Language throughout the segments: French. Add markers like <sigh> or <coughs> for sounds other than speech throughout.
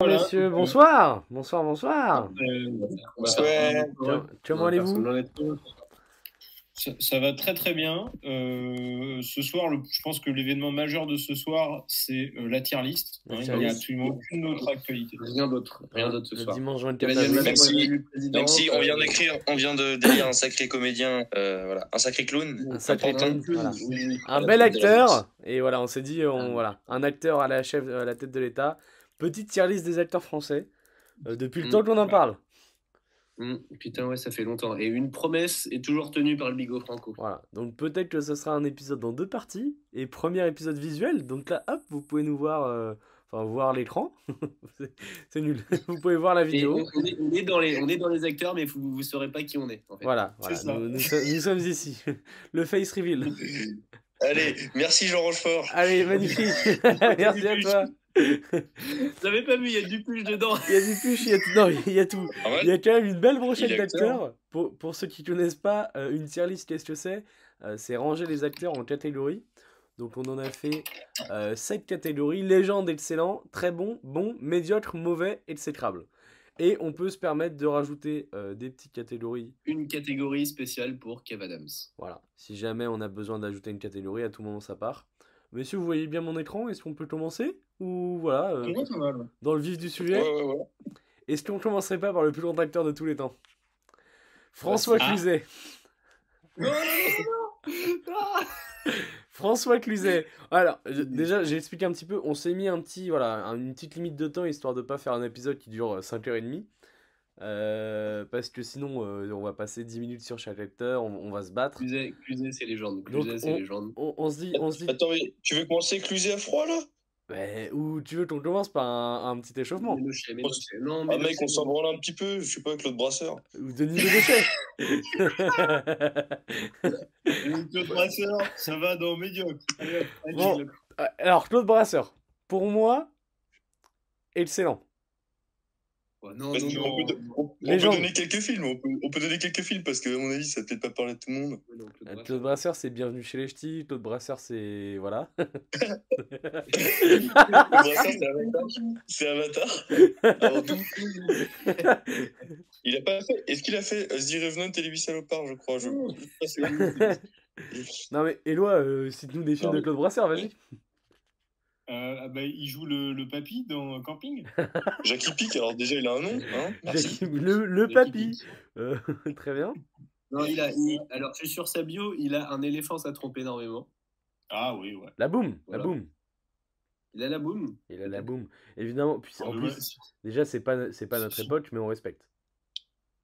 Messieurs, bonsoir. Bonsoir, bonsoir. Euh, Bonsoir. Tiens, Comment allez-vous Ça, ça va très très bien. Euh, ce soir, le- je pense que l'événement majeur de ce soir, c'est euh, la tier list. La Hein, tier il n'y a list. absolument aucune autre actualité. Rien d'autre, rien d'autre ce Le soir. Dimanche dans le Emmanuel Qatar. Macron Merci. est élu président. Même si on vient d'écrire, on vient de d'élire un sacré comédien, euh, voilà, un sacré clown. Un sacré important. clown, voilà. Oui, oui. Un bel acteur. Et voilà, on s'est dit, on, voilà, un acteur à la chef, à la tête de l'État. Petite tier list des acteurs français. euh, depuis le Mm. temps qu'on en parle. Mm, putain, ouais, ça fait longtemps. Et une promesse est toujours tenue par le bigot franco. Voilà. Donc peut-être que ce sera un épisode dans deux parties. Et premier épisode visuel. Donc là, hop, vous pouvez nous voir. euh, Enfin, voir l'écran. <laughs> C'est- C'est nul. <laughs> vous pouvez voir la Et vidéo. on, on est, on est dans les, on est dans les acteurs, mais vous ne saurez pas qui on est. En fait. Voilà, voilà, C'est ça. Nous, nous so- nous sommes ici. <laughs> Le face <laughs> reveal. Allez, merci Jean Rochefort. Allez, magnifique. Merci à toi. Vous avez pas vu, il y a du push dedans. <laughs> Il y a des puches, il y a tout. Non, il y a tout. En vrai, Il y a quand même une belle brochette Il est acteur. d'acteurs. Pour, pour ceux qui connaissent pas, euh, une tier list, qu'est-ce que c'est Euh, C'est ranger les acteurs en catégories. Donc on en a fait euh, sept catégories. Légende, excellent, très bon, bon, médiocre, mauvais, exécrable. Et on peut se permettre de rajouter euh, des petites catégories. Une catégorie spéciale pour Kev Adams. Voilà. Si jamais on a besoin d'ajouter une catégorie, à tout moment ça part. Monsieur, vous voyez bien mon écran Est-ce qu'on peut commencer Ou voilà, euh, Ouais, pas mal. dans le vif du ouais, sujet ouais, ouais. Est-ce qu'on commencerait pas par le plus long acteur de tous les temps François Ah. Cluzet. François Cluzet. Alors, je- déjà, j'ai expliqué un petit peu. On s'est mis un petit, voilà, un- une petite limite de temps histoire de pas faire un épisode qui dure euh, 5h30. parce que sinon, euh, on va passer 10 minutes sur chaque acteur, on, on va se battre. Cluzet, Cluzet, c'est légende. Donc, Cluzet, c'est on- légende. On, on se dit, on se dit. Attends, mais tu veux commencer Cluzet à froid là Ouais, ou tu veux qu'on commence par un, un petit échauffement Ménochet, Ménochet. Non, Ah mais mec, on s'en branle un petit peu, je sais pas, Claude Brasseur. Ou Denis Ménochet Claude Brasseur, ça va dans médiocre. Allez, hop, allez, Bon. le- Euh, Alors, Claude Brasseur, pour moi, excellent. Non, non, Parce qu'on non. peut, on- on Les peut gens- donner quelques films, on peut, on peut donner quelques films parce que à mon avis, ça va peut-être pas parler à tout le monde. Ouais, non, Claude Euh, Brasseur. Claude Brasseur, c'est bienvenu chez les ch'tis. Claude Brasseur, c'est. Voilà. Claude Brasseur, Ah, c'est Avatar. C'est Avatar. <laughs> Avant tout. Il a pas fait. Est-ce qu'il a fait euh, The Revenant et Les Huit Salopards, je crois. Je... je sais pas si <laughs> Non, mais Eloi, euh, cite-nous des films Non, de Claude Brasseur, vas-y. Euh, ah bah, il joue le, le papy dans euh, Camping. Jackie Pic, alors déjà il a un nom, hein Merci. Jackie- Le, le Jackie papy. Euh, <laughs> très bien. Non, il a, il- alors, je suis sur sa bio, il a un éléphant, ça trompe énormément. Ah oui, ouais. La boum, Voilà. la boum. Il a la boum. Il a la boum. Évidemment, puis en Ouais, plus, déjà, c'est pas, c'est pas notre époque, mais on respecte.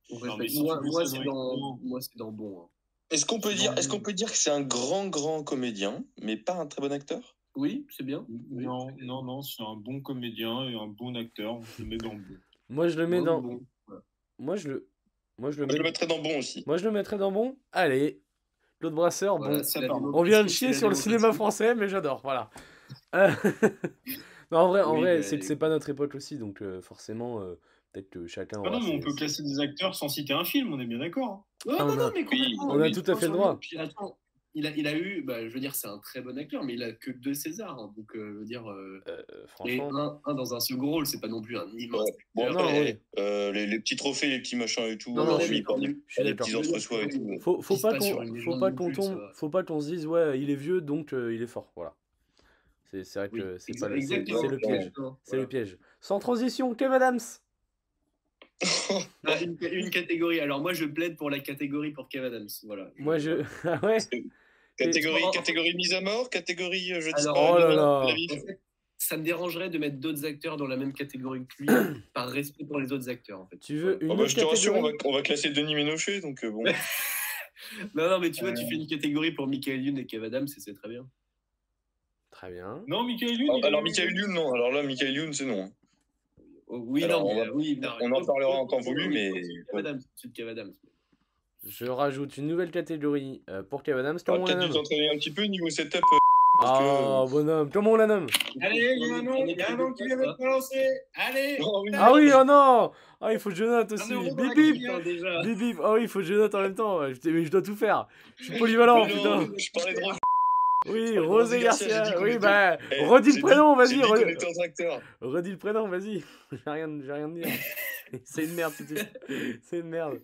On Non, respecte. mais si moi, tu mets moi, ça c'est dans les dans, cours. moi, c'est dans bon. hein. Est-ce qu'on peut dire, est-ce qu'on peut dire que c'est un grand grand comédien, mais pas un très bon acteur Oui, c'est bien. Oui. Non, non, non, c'est un bon comédien et un bon acteur. On se le met dans le bon. Moi, je le mets Bon, dans. bon. Moi, je le. Moi, je le Je le mets. mettrais dans bon aussi. Moi, je le mettrais dans bon. Allez. Claude Brasseur, Voilà, Oh, bon. c'est ça la part. démocratie, On vient de c'est chier la sur le démocratie. cinéma français, mais j'adore, voilà. <laughs> Euh, non, en vrai, en Oui, vrai bah, c'est que et- c'est pas notre époque aussi, donc euh, forcément, euh, peut-être que chacun. Ah aura non, mais ses- on peut classer des acteurs sans citer un film, on est bien d'accord. hein. Ouais, Ah, non, on non, a- mais complètement, on a oui, tout à fait le franchement, droit. oui. Puis, attends, il a, il a eu, bah, je veux dire, c'est un très bon acteur, mais il a que deux Césars. hein, donc, euh, je veux dire, euh, Euh, et franchement. un, un dans un second rôle, c'est pas non plus un immense. Bon, Non, après, oui. euh, les, les petits trophées, les petits machins et tout, Non, non, on mais finit par des- Je suis par des d'accord. petits entre-soi et tout. Faut, faut qui se pas passe sur qu'on une faut légende pas non qu'on plus, tombe- ça va. faut pas qu'on se dise ouais il est vieux donc euh, il est fort voilà. C'est c'est vrai que Oui, c'est pas le- c'est- exactement, c'est le piège. exactement, C'est le voilà. piège. Sans transition, Kev Adams. Ah, une, une catégorie. Alors, moi, je plaide pour la catégorie pour Kev Adams. Voilà. Moi je <laughs> ah ouais. Catégorie, Et- catégorie mise à mort, catégorie euh, je Alors, disparais oh là de là. la vie. En fait, <laughs> ça me dérangerait de mettre d'autres acteurs dans la même catégorie que <coughs> lui, par respect pour les autres acteurs, en fait. Tu veux une Oh, bah, autre je te rassure, on va, catégorie on va classer Denis Ménochet, donc euh, bon. Non, non, mais tu vois, Euh. tu fais une catégorie pour Michael Youn et Kev Adams, et c'est très bien. Très bien. Non, Michael Youn. il Alors, est- Ah, alors Michael Youn, non. Alors là, Michael Youn, c'est non. hein. Oh, oui, Alors, non, on mais, va- oui, non, on en mais- parlera en temps voulu, mais- Kev Adams, c'est Kev Adams. Je rajoute une nouvelle catégorie euh, pour Kev Adams. On Comment va on la peut-être nous nomme entraîner un petit peu niveau setup. euh, parce Ah bonhomme. Comment on la nomme Allez, il y a un nom, il y a un nom qui vient d'être balancé. Allez. euh, oh, oui. Ah oui, oh non Ah, il faut que je note aussi. mais on Bip va bip gagner. Putain, hein, déjà. Bip bip Ah oui, il faut que je note en même temps. Putain, Mais je dois tout faire. Je suis polyvalent, Mais putain. non, Je parlais de Oui, Rosé Rosé Garcia, j'ai Garcia. dit qu'on Oui, était- bah, Eh, redis j'ai le prénom, dit- vas-y. j'ai dit qu'on re- était aux acteurs. Redis le prénom, vas-y. <laughs> J'ai rien, j'ai rien <laughs> de dire. C'est une merde, cette histoire. C'est une merde.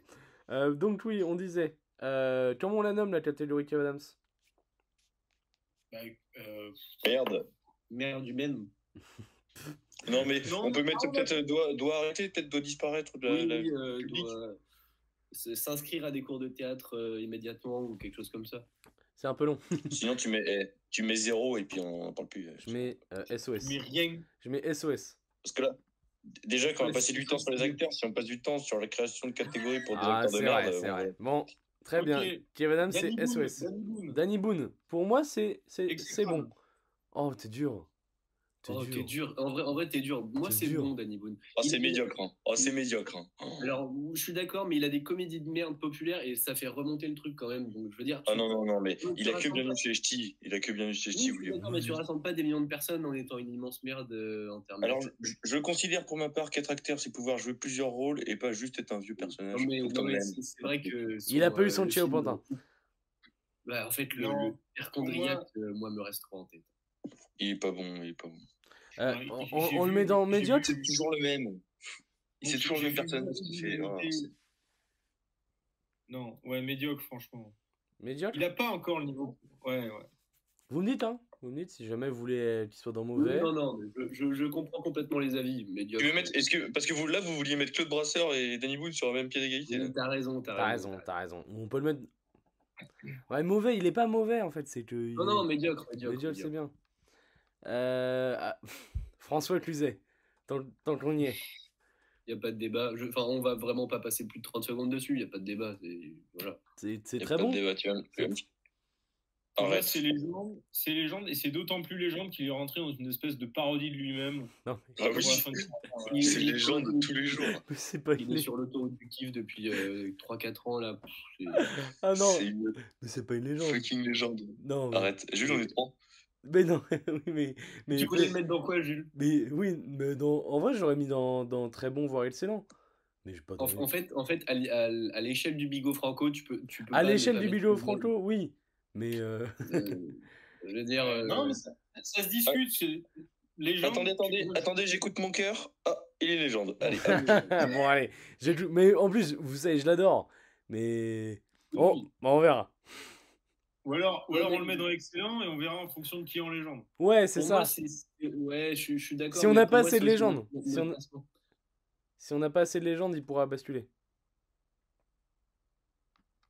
Euh, donc, oui, on disait. euh, comment on la nomme la catégorie Kev Adams Bah, euh, Merde. Merde humaine. Non, mais Non, on peut mettre non, peut-être euh, doit, doit arrêter, peut-être doit disparaître. de la- Oui, la- oui, euh, public. doit se- s'inscrire à des cours de théâtre euh, immédiatement ou quelque chose comme ça. C'est un peu long. Sinon, tu mets, eh, tu mets zéro et puis on n'en parle plus. euh. Je mets euh, SOS. mais rien. Je mets SOS. Parce que là, déjà, quand on Ouais, a passé du c'est temps sur les facile. acteurs, si on passe du temps sur la création de catégories pour des Ah, acteurs de c'est vrai, merde, c'est on- vrai. Bon, très Ok. bien. Kev Adams, Danny c'est Boone, SOS. Danny Boone. Danny Boone, pour moi, c'est c'est- c'est Exécrable. bon. Oh, t'es dur. T'es Oh, t'es dur. dur. En vrai, en vrai t'es dur. Moi, T'es c'est dur. bon, Danny Boone. Ah, Il- c'est il- médiocre. hein. Ah, c'est médiocre. hein. Ah. Alors, je suis d'accord, mais il a des comédies de merde populaires et ça fait remonter le truc quand même. Donc, je veux dire. Ah tu- non, non, non, mais Donc, il a que rassemble- bien chez ch'ti. Il a que bien chez Oui, ch'ti, je suis voulez-vous. d'accord, mais tu rassembles pas des millions de personnes en étant une immense merde euh, en termes Alors, de. je, je considère pour ma part qu'être acteur, c'est pouvoir jouer plusieurs rôles et pas juste être un vieux personnage. Non, mais, tout non, le temps mais même. c'est c'est vrai que. Il a son, pas eu euh, son le pied au film- pantin. Bah, en fait, le, Non. le père Condriac, euh, moi, me reste trop en tête. Il est pas bon, il est pas bon. Euh, Ouais, on j'ai- on- j'ai on le vu- met dans j'ai vu- médiocre C'est toujours le même. C'est toujours le même personnage qui fait. voilà, c'est- Non, ouais, médiocre, franchement. Médiocre Il a pas encore le niveau. Ouais, ouais. Vous me dites, hein Vous me dites si jamais vous voulez euh, qu'il soit dans mauvais. Non, non, mais je, je- je comprends complètement les avis. Mais Tu veux mettre, est-ce que, parce que vous, là, vous vouliez mettre Claude Brasseur et Danny Boone sur le même pied d'égalité. là. Euh, T'as raison, t'as T'as raison, t'as raison. On peut le mettre. Ouais, mauvais, il est pas mauvais en fait, c'est que. il Non, non, est- médiocre, médiocre. Médiocre, c'est médiocre. bien. Euh, ah, <laughs> François Cluzet, tant, tant qu'on y est. Il n'y a pas de débat. Je- Enfin, on va vraiment pas passer plus de 30 secondes dessus. Il n'y a pas de débat. c'est- Voilà. C'est c'est Y a très pas de bon. débat, tu vas me- tu vas me- Pour moi, Arrête. C'est légende, c'est légende, et c'est d'autant plus légende qu'il est rentré dans une espèce de parodie de lui-même. Non, Ah pour la oui, fin de son- Il- c'est il- légende de tous les jours. <laughs> mais c'est pas une Il est légende. sur l'autoroute du kiff depuis 3-4 ans, là. Pff, c'est- Ah <laughs> non, C'est une mais c'est pas une légende. fucking légende. Non, mais- Arrête. Jules, on est trois. Mais <laughs> non, oui, mais. mais Tu voulais le mettre dans quoi, Jules mais oui, mais dans... en vrai, j'aurais mis dans, dans très bon, voire excellent. Mais j'ai pas en, donné. en fait, en fait, à, l- à l- à l'échelle du Bigot Franco, tu peux. Tu peux À pas ne l'échelle pas du mettre Bilo le Franco, oui. Mais. euh, <laughs> même, euh, je veux dire. euh, Non, mais ça, ça se discute. c'est Légende. Attendez, attendez, tu peux- attendez, j'écoute mon cœur. Ah, il est légende. <laughs> Allez. bon, allez. j'ai tout- Mais en plus, vous savez, je l'adore. Mais. Oh, bah, on verra. Ou alors, ou alors Ouais, on le mais- met dans excellent et on verra en fonction de qui est en légende. Ouais, c'est pour ça. moi, c'est- Ouais, je suis- je suis d'accord. Si on mais n'a pour pas moi, assez de c'est aussi légende, mon- si mon on- classement. Si on n'a pas assez de légende, il pourra basculer.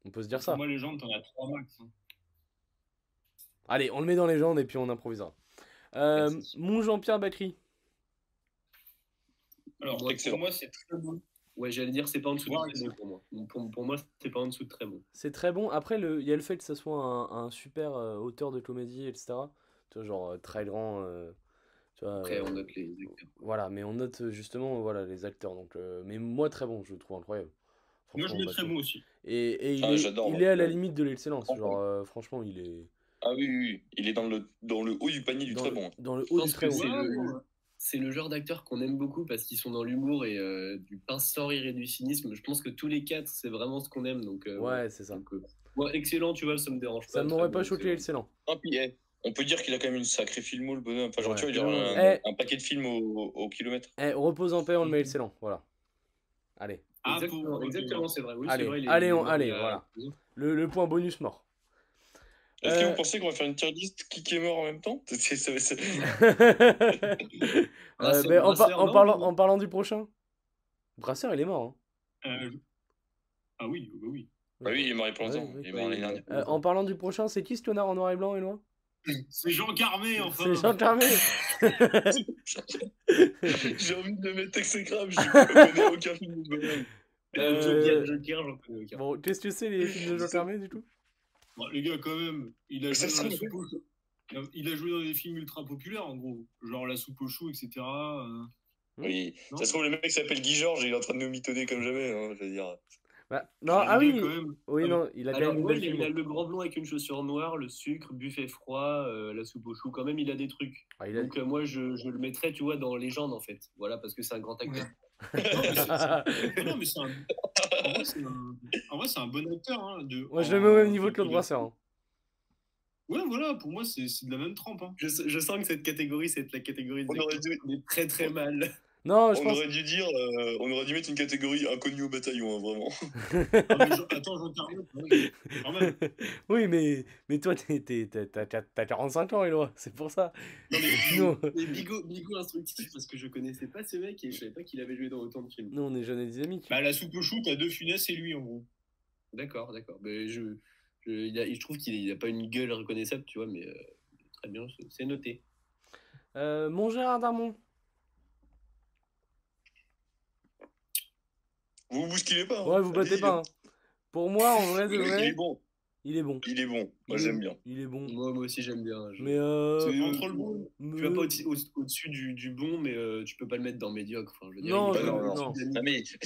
On peut se dire ça. Pour moi, légende, t'en as trois max. hein. Allez, on le met dans légende et puis on improvisera. Euh, Ouais, c'est sûr. mon Jean-Pierre Bacry. Alors, Moi, pour moi, c'est très bon. Ouais, j'allais dire, c'est pas en dessous Ouais, de très bon pour moi. Pour, pour moi, c'est pas en dessous de très bon. C'est très bon. Après, le- il y a le fait que ça soit un, un super euh, auteur de comédie, etc. Tu vois, genre euh, très grand. euh, tu vois, Après, euh, on note les acteurs. Voilà, mais on note euh, justement euh, voilà, les acteurs. Donc, euh, mais moi, très bon, je le trouve incroyable. Moi, je Franchement, mets Bacri. très bon aussi. Et, et il, Ah, est, j'adore, il hein. moi. est à la limite de l'excellence. Franchement. Genre, euh, franchement, il est Ah oui, oui, oui. il est dans le, dans le haut du panier du dans très le, bon. dans le Je haut du pense très que haut. c'est Ouais, le, ouais. c'est le genre d'acteurs qu'on aime beaucoup parce qu'ils sont dans l'humour et euh, du pince sans rire et du cynisme. Je pense que tous les quatre, c'est vraiment ce qu'on aime. Donc, euh, Ouais, c'est ça. donc, euh, moi, excellent, tu vois, ça me dérange pas. Ça ne m'aurait très pas bon, choqué, excellent. l'excellent. Ah, puis, eh, on peut dire qu'il a quand même une sacrée filmo, le bonhomme. Enfin, genre, Ouais. tu vois, il y a un, Eh. un paquet de films au, au- au kilomètre. Eh, repose en paix, Mm. on le met excellent. Voilà. Allez. Ah, pour- Exactement, ok. exactement, c'est vrai. Oui, Allez, c'est vrai, il est- allez, il est on- mort allez, il y a- voilà. Le, le point bonus mort. Est-ce que Euh. vous pensez qu'on va faire une tier list qui qui est mort en même temps C'est- c'est- c'est- <laughs> Euh, Brasseur, ben, en, par- Brasseur, en non, parlant, mais- en parlant du prochain, Brasseur, il est mort. hein. Euh, je- Ah oui, euh, bah oui. Bah oui, il est mort il y a pas longtemps. Ouais, il est ouais. mort l'année dernière. Euh, en parlant du prochain, c'est qui ce connard en noir et blanc, Éloi C'est Jean Carmé, enfin. C'est Jean Carmé <laughs> J'ai envie de le mettre exécrable, je connais aucun film du bonhomme. Euh, Euh, Joker, Joker, j'en connais aucun. Bon, qu'est-ce que c'est <laughs> les films de Jean Carmé, du coup Bon, les gars, quand même, il a Ça joué dans la se trouve. soupe aux choux. Non, Il a joué dans des films ultra populaires, en gros. Genre La soupe aux choux, etc. euh. Oui, Non. ça se trouve, le mec s'appelle Guy Georges et il est en train de nous mitonner comme jamais. hein, je veux dire. Bah, Non, Les ah gars, oui quand même. Oui, non, il a quand Alors, même une ouais, belle il, a, il a film. hein. le grand blond avec une chaussure noire, le sucre, buffet froid, euh, la soupe aux choux. Quand même, il a des trucs. Ah, il a- Donc, euh, moi, je, je le mettrais, tu vois, dans Légende, en fait. Voilà, parce que c'est un grand acteur. Non, mais c'est- c'est- non, mais c'est un... En vrai, c'est un... en vrai, c'est un bon acteur. Hein, de... <laughs> Moi, je en- Oh, le mets au même niveau que le en- Brasseur. hein. Ouais, voilà, pour moi, c'est c'est de la même trempe. hein. Je, je sens que cette catégorie, c'est la catégorie On des aurait acteurs qui dû, connaissent très <laughs> très mal. Non, Ah, je on pense. aurait dû dire, euh, on aurait dû mettre une catégorie inconnue au bataillon, hein, vraiment. <laughs> Ah, mais je- attends, j'interviens. Quand même. Oui, mais, mais toi, t'es- t'es- t'as- t'as t'as- t'as 45 ans, Eloi, c'est pour ça. Non, mais- Nous, mais bigot, bigot instructif parce que je connaissais pas ce mec et je savais pas qu'il avait joué dans autant de films. nous, on est jeunes et dynamiques. Bah, la soupe au chou, t'as deux funesses et lui, en gros. D'accord, d'accord. Mais je, je, il a- je trouve qu'il n'a pas une gueule reconnaissable, tu vois, mais euh, très bien, c'est- c'est noté. Euh, mon Gérard Darmon. Vous vous bousculez pas. hein. Oh, Ouais, vous battez Allez, pas. hein. Pour moi, en vrai, Le de mec, il est vrai, bon. il est bon. Il est bon. Moi, Il est- j'aime bien. Il est bon. Moi, moi aussi, j'aime bien. Je, Mm. Mais euh, hmm, C'est- C'est entre le bon. tu me- vas pas au-dessus au- au-dessus du, du bon, mais euh, tu peux pas le mettre dans médiocre. Enfin, je veux dire, Non, il est je- pas dans- non. Non mais,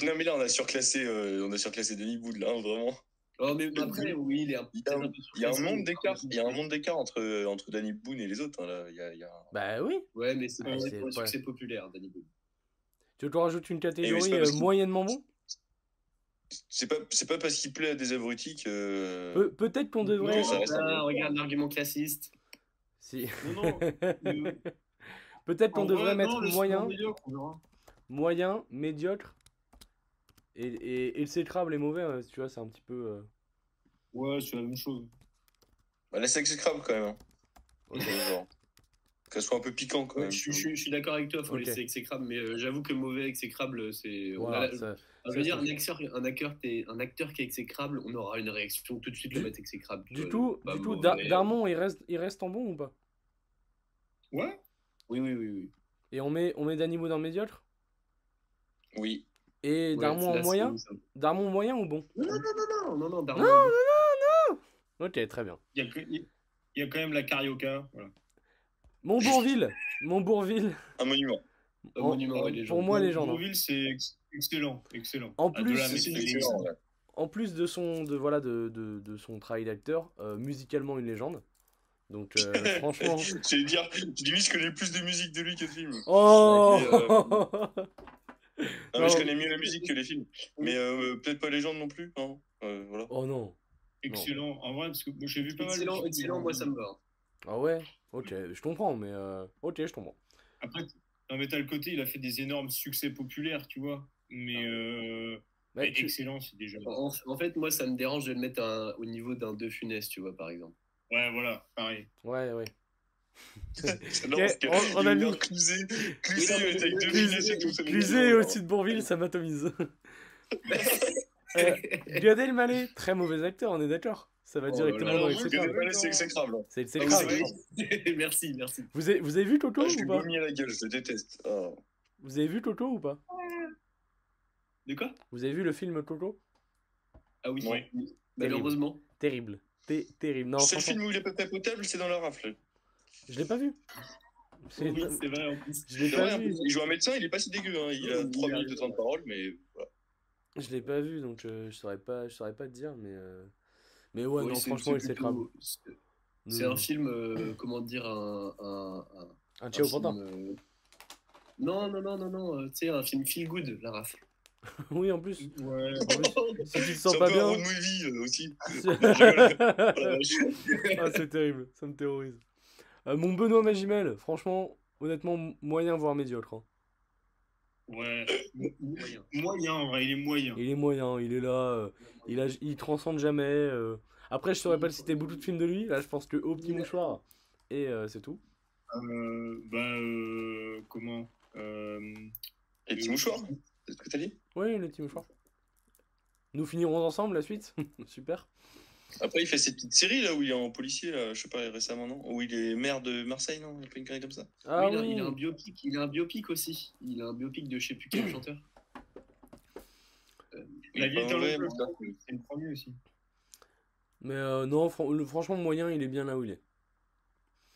non, mais là, on a surclassé, euh, on a surclassé Denis Boudle, hein, vraiment. Oh, mais après, oui, il est un, Il y a un- peut-être peu hein, Il y a un surclassé. monde d'écart, il y a un monde d'écart entre, euh, entre Danny Boone et les autres. hein, là. Il y a, il y a... Bah oui. Ouais, mais c'est Ouais, pour c'est- c'est pour ça ouais. que c'est populaire, Danny Boone. Tu te rajoutes Eh une c'est catégorie pas euh, parce qu'il- moyennement bon C'est pas, c'est pas parce qu'il plaît à des abrutis que. euh, Peu- Peut-être qu'on devrait. Non, ça reste un Ah, bon regarde l'argument classiste. Si. <laughs> Non, non. mais- Peut-être qu'on en devrait vrai, mettre non, laisse-le moyen, en médiocre, on verra. moyen, médiocre. Et, et, et le sécrable est mauvais, hein, tu vois, c'est un petit peu. euh, Ouais, c'est la même chose. Bah, la sexe crabe quand même. hein. Genre. Que ce soit un peu piquant quand même. je, suis- je suis- je suis d'accord avec toi, faut Ok. laisser exécrable, mais euh, j'avoue que mauvais exécrable, c'est. on voilà, a la- euh, ça- je ça, veux dire, c'est- un acteur, un, acteur, t'es- un acteur qui est exécrable, on aura une réaction tout de suite le Du- mettre exécrable. tu Du vois, tout, pas du tout, mauvais. Dar- Darmon, il reste, il reste en bon ou pas Ouais, Oui, oui, oui. oui. Et on met, on met Danny Boone en médiocre Oui. Et Ouais, Darmon c'est- en là, c'est- moyen c'est un- Darmon moyen ou bon Non, non, non, non, non, non, Darmon. Non, Ok, très bien. il y, a que- il y a quand même la carioca. Voilà. Mon Bourville Mon Bourville Un monument. Un En- monument, en- il est Pour gentil. moi, légende. hein. Bourville, c'est ex- excellent, excellent. En Ah, de plus, là, mais C'est c'est- une légende, là. En plus de son, de, voilà, de, de, de son travail d'acteur, euh, musicalement une légende. Donc, euh, franchement. J'allais dire, limite, je connais plus de musique de lui que de film. Oh Non, mais je Non. connais mieux la musique que les films. Mais euh, peut-être pas légende non plus. Hein. Euh, <laughs> voilà. <laughs> Oh non excellent. En vrai, parce que moi, j'ai vu pas mal. de Excellent, films. excellent, moi ça me va. Ah ouais Ok, je comprends, mais. euh, Ok, je comprends. Après, non, mais t'as le côté, il a fait des énormes succès populaires, tu vois. Mais Ah. euh, Mais mais tu- excellent, c'est déjà. En, en fait, moi ça me dérange de le mettre à un- au niveau d'un De Funès, tu vois, par exemple. Ouais, voilà, pareil. Ouais, ouais. Ok, J'adore parce que on- on il a est bien mis- Clusé, Oui, Clusé, non, mais- avec deux Clusé- minutes et tout, ça me Clusé dit, et euh, aussi de Bourville, ça m'atomise. Euh, Ah Gad Elmaleh, très mauvais acteur, on est d'accord. Ça va Oh là directement là, dans Alors, les moi, séquelles. Gabriel, c'est exécrable. hein. C'est c'est Ah, grave. oui, <laughs> merci, merci. Vous avez, vous avez vu Toto Ah, je lui ou pas vomis à la gueule, je le déteste. Ah. Vous avez vu Toto ou pas De quoi Vous avez vu le film Toto Ah oui, Ouais. malheureusement. Terrible. Té- terrible. Non, c'est le franchement, film où il est pas potable, c'est dans la rafle. je l'ai pas vu. C'est- Oui, c'est vrai en plus. Je l'ai C'est pas vrai, en vu. plus, il joue un médecin, il est pas si dégueu. hein. Il a Oui, 3 il minutes de arrive, temps de parole, mais voilà. Je l'ai pas vu, donc euh, je saurais pas, je saurais pas te dire, mais. euh, Mais ouais, Oui, non, c'est- franchement, Mm. il c'est s'est plutôt- grave. c'est- C'est un film, euh, comment dire, un. un, un- Un un tir au film, pantin. <laughs> euh, Non, non, non, non, non, euh, tu sais, un film feel good, la rafle. Oui, en plus. Ouais. En <laughs> plus, si tu te C'est sens un pas peu un bien. <laughs> road movie euh, aussi. Oh la ah, vache. c'est terrible, ça me terrorise. Euh, mon Benoît Magimel, franchement, honnêtement, m- moyen voire médiocre. hein. ouais. Moyen. Moyen, en vrai, il est moyen. Il est moyen, il est là, euh, il, a, il transcende jamais. euh. Après, je saurais pas le citer beaucoup de films de lui. Là, je pense que Au Petit Mouchoir, et euh, c'est tout. Euh, bah, euh, comment euh, Et petit mouchoir, c'est ce que t'as dit Oui, le Petit Mouchoir. Nous finirons ensemble la suite. <laughs> Super. Après, il fait ses petites séries là où il est en policier, là, je sais pas, récemment, non Où il est maire de Marseille, non Il a pas une carrière comme ça. Ah Oui, il, a, oui, il a un biopic, il a un biopic aussi. Il a un biopic de je sais plus quel chanteur. Il La est vie est pas un mauvais, long mais- fleuve. C'est le premier aussi. mais euh, non, fran- le- franchement, moyen, il est bien là où il est.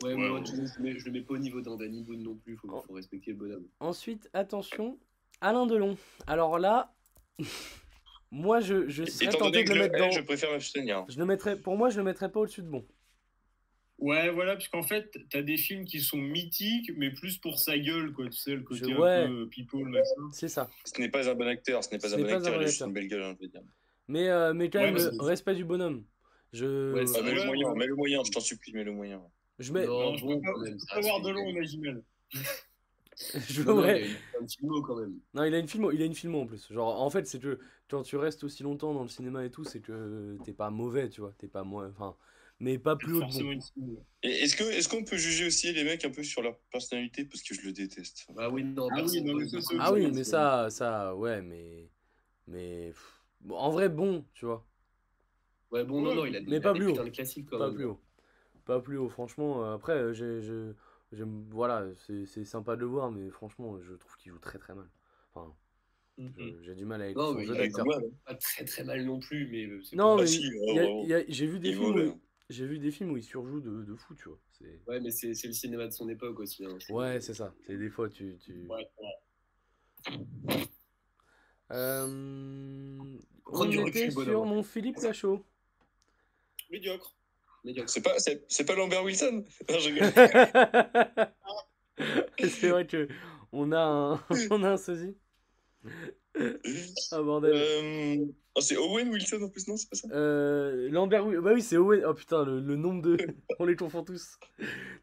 Ouais, Ouais, moi, ouais. tu vois, je, le mets, je le mets pas au niveau d'un Danny Boone non plus, faut, faut respecter le bonhomme. Ensuite, attention, Alain Delon. Alors là, <laughs> moi, je, je serais Étant tenté donné de que le je, mettre dans. eh, je préfère m'abstenir. Je le mettrais, pour moi, je le mettrais pas au-dessus de bon. Ouais, voilà, parce qu'en fait, t'as des films qui sont mythiques, mais plus pour sa gueule, quoi. Tu sais, le côté Je- un ouais. peu euh, people, machin. C'est ça. Ce n'est pas un bon acteur, ce n'est pas Ce un n'est bon pas un acteur, bon il a juste acteur. une belle gueule, hein, je veux dire. Mais, euh, mais quand Ouais, même, mais euh, c'est- respect du bonhomme. Je, Ouais, c'est- Ah, mets le Ouais, moyen, ouais. mets le moyen, je t'en supplie, mets le moyen. je mets, Non, Non, je bon, peux pas- quand même, ça Ah, Faut avoir reste de l'eau légal. imaginelle. <laughs> je <laughs> Non, non, mets- il y a eu un petit mot quand même. Non, il a une filmo, il a une filmo en plus. Genre, en fait, c'est que quand tu restes aussi longtemps dans le cinéma et tout, c'est que t'es pas mauvais, tu vois. T'es pas moins. Enfin, mais pas plus haut. que Forcément bon. une cible. Et Est-ce que est-ce qu'on peut juger aussi les mecs un peu sur leur personnalité parce que je le déteste. Bah oui, non, Ah oui, personne non, mais ça, peut- c'est personne Ah peut oui, dire mais que- ça, ça, ouais, mais. Mais. pff, bon, en vrai, bon, tu vois. Ouais, bon, non, non, il a Mais il a pas des plus haut. putains de classiques quand Pas même. plus haut. Pas plus haut, franchement. euh, Après, euh, j'ai. je- j'aime- Voilà, c'est c'est sympa de le voir, mais franchement, je trouve qu'il joue très très mal. Enfin, Mm. je- j'ai du mal avec Hmm. Non, son mais jeu il a- d'acteur. Ouais, ouais. Pas très très mal non plus, mais euh, c'est Non, Ah, mais. si, il ouais, y a- ouais, il y a- J'ai vu, des Il films vole, où- hein. j'ai vu des films où il surjoue de, de fou, tu vois. c'est- Ouais, mais c'est c'est le cinéma de son époque aussi. hein. Ouais, c'est ça. C'est des fois, tu. tu... Ouais, ouais. Euh, Prends On du était recul, sur bonhomme. mon Philippe Lachaud. Médiocre. Médiocre. C'est pas c'est c'est pas Lambert Wilson. <laughs> Non, je <laughs> rigole. c'est vrai que on a un, <laughs> on a un sosie. Ah bordel. Euh, oh, c'est Owen Wilson en plus non c'est pas ça. <laughs> Euh, Lambert, Wi- bah oui, c'est Owen. Oh putain, le, le nombre de, <laughs> on les confond tous.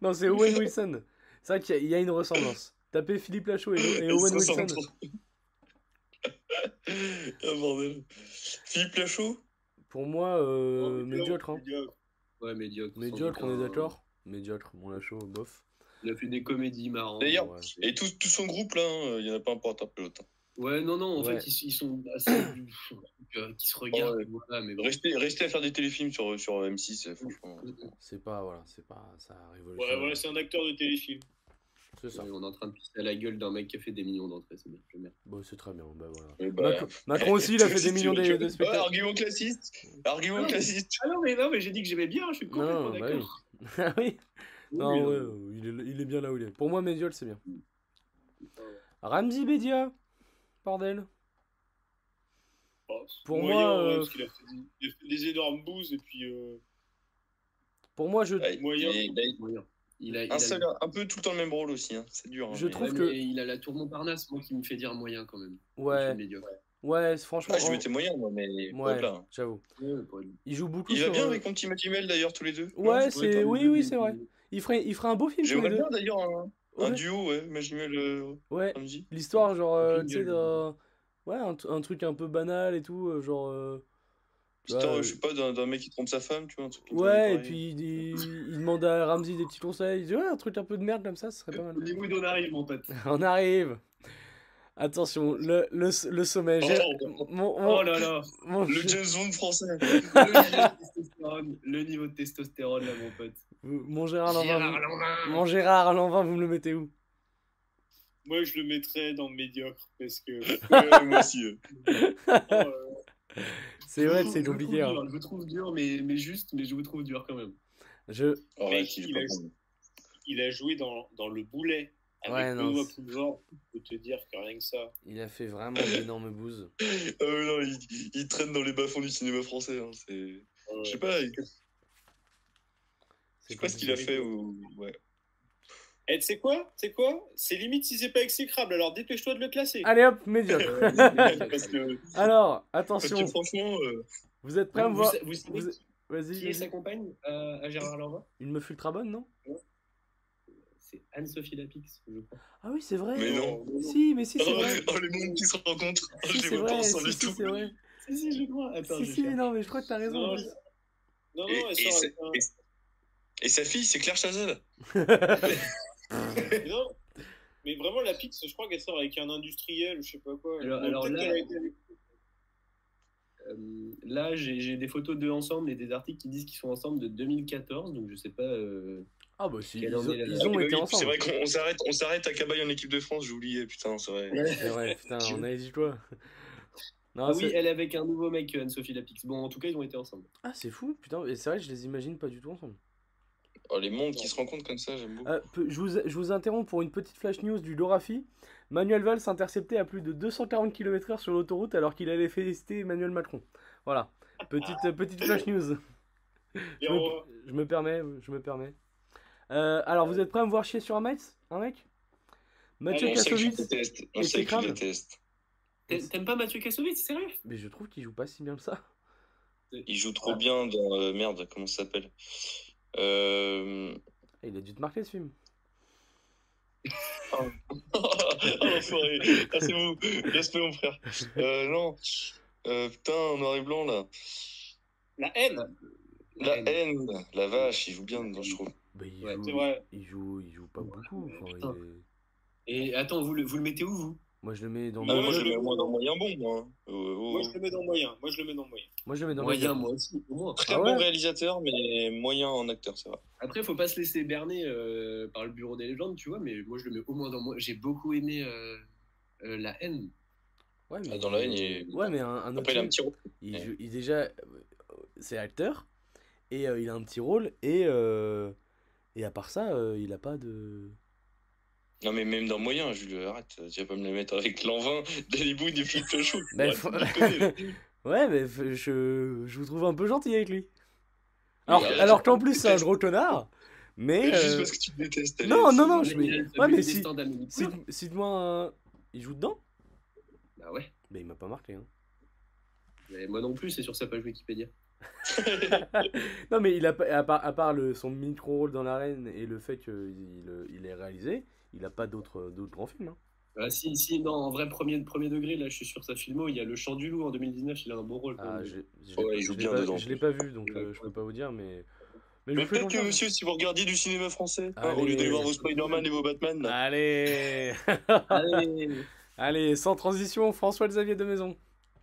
Non, c'est Owen Wilson. C'est vrai qu'il y, a- il y a une ressemblance. Tapez Philippe Lachaud et, et Owen Ça, ça Wilson. rentre. ah bordel. Philippe Lachaud. Pour moi, euh, Non, mais médiocre. Hein. Médiocre. Ouais, médiocre. sans Médiocre, on aucun- est d'accord. euh, Médiocre, bon Lachaud, bof. Il a fait des comédies marrantes. D'ailleurs, Ouais. Et tout, tout son groupe là, hein, il y en a pas un pour un hein. peu l'autre. Ouais, non, non, en Ouais. fait, ils, ils sont assez. euh, qui se regardent, Ouais. voilà, mais bon. Restez, restez à faire des téléfilms sur, sur M6, euh, franchement. C'est pas, voilà, c'est pas, ça révolutionne. Ouais, voilà, c'est un acteur de téléfilm. c'est ça. Ouais, on est en train de pisser à la gueule d'un mec qui a fait des millions d'entrées, c'est bien. c'est bien. Bon, c'est très bien. Bah, voilà. Mais bah, Macron, Macron aussi, il a fait si des tu millions veux de, que- de Ouais, <laughs> spectacles. argument classiste. Argument Ouais. classiste. Ah non, mais non, mais j'ai dit que j'aimais bien, je suis complètement Non, bah oui. d'accord. <laughs> Ah oui. Oui, Non, oui, ouais, non. euh, il, est, il est bien là où il est. Pour moi, Médiol, c'est bien. Ramzi Bedia, bordel. Oh, Pour moyen, moi, ouais, euh, parce qu'il a fait des, il a fait des énormes bouses et puis. euh, Pour moi, je, Ouais, il- Moyen. Ah, il a- il Moyen. Il a, il a un a- seul, un peu tout le temps le même rôle aussi. hein, C'est dur. hein, Je mais- trouve Ouais, que- mais il a la tour Montparnasse, moi, qui me fait dire moyen quand même. Il fait ouais, médiocre. ouais, franchement, Ah, je en- mettais moyen, moi, mais. ouais, hop là. j'avoue. Ouais, pour lui. Il joue beaucoup. Il va sur, bien euh, avec mon petit Matimel d'ailleurs, tous les deux. non Ouais, Ouais, c'est, attends, oui, le- oui, le- c'est vrai. Il ferait, il ferait un beau film tous les J'aimerais deux. bien d'ailleurs un, un Ouais. duo, ouais, Matimel euh, Ouais. Ramsey. L'histoire, genre, euh, tu sais, Jingle. d'un- ouais, un, t- un truc un peu banal et tout, euh, genre. euh, L'histoire, Ouais. euh, je sais pas, d'un d'un mec qui trompe sa femme, tu vois, un truc comme ça, euh, Ouais, et pareil. puis il, il- il demande à Ramsey des petits conseils. Il dit, ouais, un truc un peu de merde comme ça, ce serait pas <coughs> mal. Hollywood, on arrive, mon pote. On arrive. Attention, le, le, le sommet. j'ai- Oh, mon- mon- Oh là là mon- Le <laughs> James Bond français. le, niveau de testostérone, le niveau de testostérone, là, mon pote. Mon Gérard Lanvin. vous- Lanvin. Mon Gérard Lanvin, vous me le mettez où Moi, je le mettrais dans médiocre parce <laughs> que. Ouais, ouais, moi aussi. euh. euh, C'est vrai que Je c'est vous compliqué. trouve hein. dur, Je vous trouve dur, mais, mais juste, mais je vous trouve dur quand même. Je... Oh, Mais ouais, qu'il est il pas a- bon. il a joué dans, dans le boulet avec Ouais, non, Benoît c'est- Poulvord. Je peux te dire que rien que ça. Il a fait vraiment d'énormes bouses. Euh, non, il, il traîne dans les bas-fonds du cinéma français. hein, c'est- euh, Je sais pas, il- C'est je sais pas ce qu'il a compliqué. fait. Ou... Ouais. Eh, tu sais quoi C'est quoi C'est limite si c'est pas exécrable, alors dépêche-toi de le classer. Allez hop, médiocre. <coughs> Ah, parce que, Alors, parce attention, que franchement, euh, vous êtes prêts à me vous, voir sa- vous savez vous- Vas-y, <laughs> qui est sa vas-y. compagne euh, à Gérard Lanvin Une meuf ultra bonne, non C'est Anne-Sophie Lapix, je crois. Ah oui, c'est vrai. Mais non. Si, mais si, c'est oh, vrai. oh, les mondes qui se rencontrent, oh, Si, je les c'est vois pas vrai. ensemble Si, du si, tout. c'est vrai. Si, si, je crois. Attends, Si, je si, cherche. non, mais je crois que t'as raison. Non, en je- plus. Non, non, Et- elle et sort c'est- avec un- Et sa fille, c'est Claire Chazal. Mais non, mais vraiment, la Pix, je crois qu'elle sort avec un industriel ou je sais pas quoi. Alors- Bon, alors peut-être là- qu'elle a été avec- Euh, là, j'ai j'ai des photos d'eux ensemble et des articles qui disent qu'ils sont ensemble de 2014, donc je sais pas. euh, Ah bah si, ils Quelle ont, en est la- ils ont Ah, bah été oui, ensemble. C'est vrai qu'on on s'arrête, on s'arrête à Cabaye en équipe de France, j'oubliais, putain, c'est vrai. C'est vrai, putain, on a dit <laughs> quoi Non, Ah c'est- eh. oui, elle est avec un nouveau mec, euh, Anne-Sophie Lapix. Bon, en tout cas, ils ont été ensemble. Ah, c'est fou, putain, et c'est vrai, je les imagine pas du tout ensemble. Oh, les mondes qui se rencontrent comme ça, j'aime beaucoup. Euh, peu- je, vous, je vous interromps pour une petite flash news du Lorafi. Manuel Valls intercepté à plus de 240 km/h sur l'autoroute alors qu'il allait féliciter Emmanuel Macron. Voilà, petite, euh, petite flash news. Je me, Véro, je me permets, je me permets. Euh, alors, vous êtes prêts à me voir chier sur un mec Un mec Ah, Mathieu Ah, on sait que tu le Kassovitz détestes, on et sait que tu le Tekram. détestes. T'a- T'aimes pas Mathieu Kassovitz, sérieux Mais je trouve qu'il joue pas si bien que ça. Il joue trop bien dans. euh, merde, comment ça s'appelle Euh, Ah, Il a dû te marquer ce film. oh, enfoiré. Ah, c'est vous. Respect, mon frère. Euh, non. Euh, putain, en noir et blanc, là. La haine La haine. La vache, il joue bien dedans, je trouve. Bah, il, Ouais, joue, C'est vrai. il joue, il joue pas beaucoup. enfin, putain. il est- Et attends, vous le, vous le mettez où, vous Moi je le mets dans Ah, moi, moi, je je le mets le- au moins dans moyen bon, moi. hein. Oh, oh, Moi, oh. je le mets dans moyen. Moi, je le mets dans moyen. moi je le mets dans Moyen, mes- moi aussi, au moins. Très Ah bon ouais réalisateur, mais moyen en acteur, ça va. Après, faut pas se laisser berner euh, par le bureau des légendes, tu vois, mais moi, je le mets au moins dans moi. J'ai beaucoup aimé euh, euh, La haine. Ouais, mais... Ah, dans la haine, il- Ouais, mais un, un autre Après, il a un film, petit rôle. il Ouais. joue- il déjà euh, c'est acteur et euh, il a un petit rôle et euh, et à part ça, euh, il a pas de Non, mais même dans moyen, Jules, arrête. Tu vas pas me le mettre avec l'envin, Danny Boone et Philippe Lachaud. Ben, Ouais, faut- tu déconnes, là. <laughs> Ouais, mais f- je, je vous trouve un peu gentil avec lui. Alors, euh, alors je- qu'en plus, c'est un gros connard. Mais. Juste euh, parce que tu le détestes. allez, Non, c'est non, bon. non, je mets. Génial, t'as Ouais, vu mais le si. destin d'Amélie Poulain Cite- Cite-moi un. Il joue dedans Bah ouais, Mais il m'a pas marqué. Hein. mais moi non plus, c'est sur sa page Wikipédia. Non, mais il a, pas- à part, à part le, son micro-rôle dans l'arène et le fait qu'il il est réalisé, il a pas d'autres d'autres grands films. hein. Ah, si, si, non, en vrai, premier, premier degré, là, je suis sur sa filmo. Il y a Le Chant du Loup en 2019, il a un bon rôle. quand Ah, même. je je l'ai Ouais, pas- il joue je l'ai bien pas- dedans, Je en l'ai pas vu, donc Ouais. euh, je peux pas vous dire, mais. je Mais vous fais peut-être que confiance. monsieur, si vous regardiez du cinéma français, hein, au Allez. lieu d'aller voir vos Spider-Man et vos Batman, là. Allez <laughs> Allez, Allez, sans transition, François-Xavier de Maison.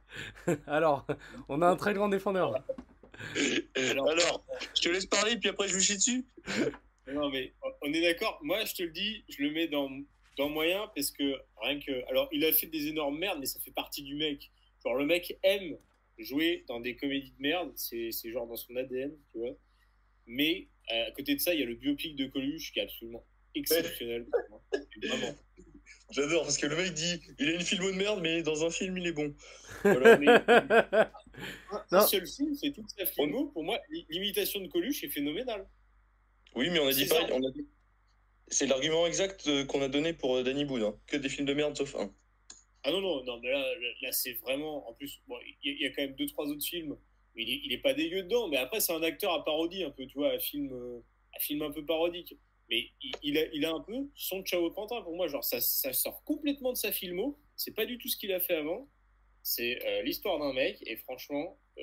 <laughs> Alors, on a un très grand défendeur. <laughs> Ah, alors, je te laisse parler, puis après je vous chie dessus. Non, mais on est d'accord. Moi, je te le dis, je le mets dans, dans moyen parce que rien que. Alors, il a fait des énormes merdes, mais ça fait partie du mec. Genre, le mec aime jouer dans des comédies de merde. C'est c'est genre dans son ADN, tu vois. Mais euh, à côté de ça, il y a le biopic de Coluche qui est absolument exceptionnel. Vraiment. J'adore, parce que le mec dit il a une filmo de merde, mais dans un film, il est bon. Voilà, mais- Un Non. seul film, c'est toute sa filmo. Pour moi, li- l'imitation de Coluche est phénoménale. Oui, mais on a dit C'est pareil. ça. on a dit- C'est l'argument exact euh, qu'on a donné pour euh, Danny Boone. hein. Que des films de merde, sauf un. Ah non, non, non, mais là, là, là, c'est vraiment. En plus, bon, il y, a- il y a quand même deux, trois autres films. Mais il est, il est pas dégueu dedans. Mais après, c'est un acteur à parodie, un peu, tu vois, à film, euh, à film un peu parodique. Mais il, il a, il a un peu son Ciao Pantin pour moi. Genre, ça, ça sort complètement de sa filmo. C'est pas du tout ce qu'il a fait avant. C'est euh, l'histoire d'un mec. Et franchement, euh,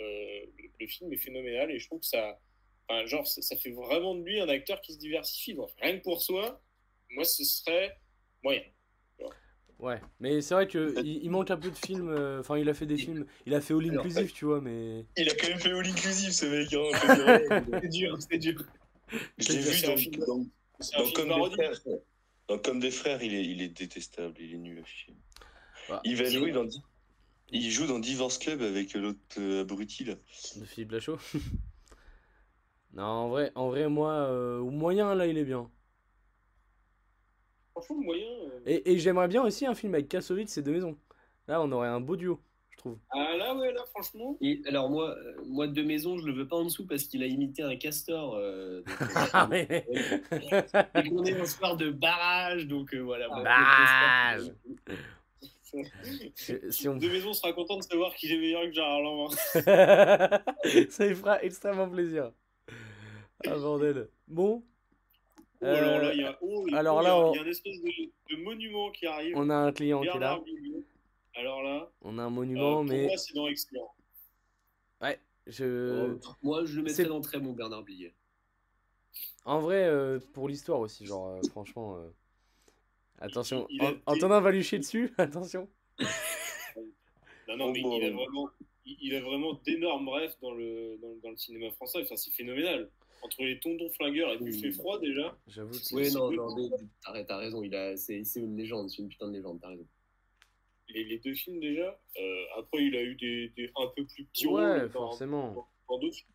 le, le film est phénoménal. Et je trouve que ça. Enfin, genre, ça, ça fait vraiment de lui un acteur qui se diversifie. Donc, rien que pour soi, moi, ce serait moyen. Ouais, mais c'est vrai que il, il manque un peu de films. euh, Enfin, il a fait des films. Il a fait All Alors, Inclusive, tu vois, mais. Il a quand même fait All Inclusive, ce mec. hein, faut dire, euh, ouais. C'est dur, c'est dur. <laughs> je l'ai vu C'est un film de- dans, dans- C'est un dans film Comme des parodie. Frères. Dans Comme des Frères, il est, il est détestable, il est nul à chier. Ah. Il va jouer dans. Il joue dans Divorce Club avec l'autre euh, abruti là. De Philippe Lachaud. <laughs> non, en vrai, en vrai moi, euh, au moyen, là, il est bien. Franchement, le moyen. euh, Et, et j'aimerais bien aussi un film avec Kassovitz et De Maison. Là, on aurait un beau duo, je trouve. <laughs> Ah là, ouais, là, franchement. Et alors, moi, euh, moi, de maison, je le veux pas en dessous parce qu'il a imité un castor. euh, donc, <laughs> Ah, mais. euh, et qu'on est un soir de barrage, donc euh, voilà. moi, Ah, Barrage. le castor, si si <laughs> on. De Maison sera content de savoir qu'il est meilleur que Gérard Lanvin. Ça lui fera extrêmement plaisir. Ah, bordel. Bon. Oh, Euh, alors là, il y a, oh, il- alors oh, il y a- là, on- il y a un espèce de, de monument qui arrive. On a un client qui est là. Bernard Blier. Alors là, On a un euh, monument, pour mais. moi, c'est dans Excellent. Ouais, c'est- je. Oh, Moi, je le Euh, c'est- mettrais dans très bon Bernard Blier. En vrai, euh, pour l'histoire aussi, genre, euh, franchement. euh, Attention, Il- il a An- été- Antonin va lui chier dessus, <laughs> attention. Non, non, Oh, mais bon. il a vraiment, il, il a vraiment d'énormes rêves dans le, dans, dans le cinéma français. Enfin, c'est phénoménal. Entre les tondons flingueurs et du Oui. fait froid, déjà. J'avoue que Oui, c'est- non, c'est- non, mais- t'as t'as raison, il a- c'est c'est une légende, c'est une putain de légende, t'as raison. Les, les deux films, déjà. Euh, après, il a eu des, des un peu plus petits Ouais, rôles dans, forcément. dans d'autres films.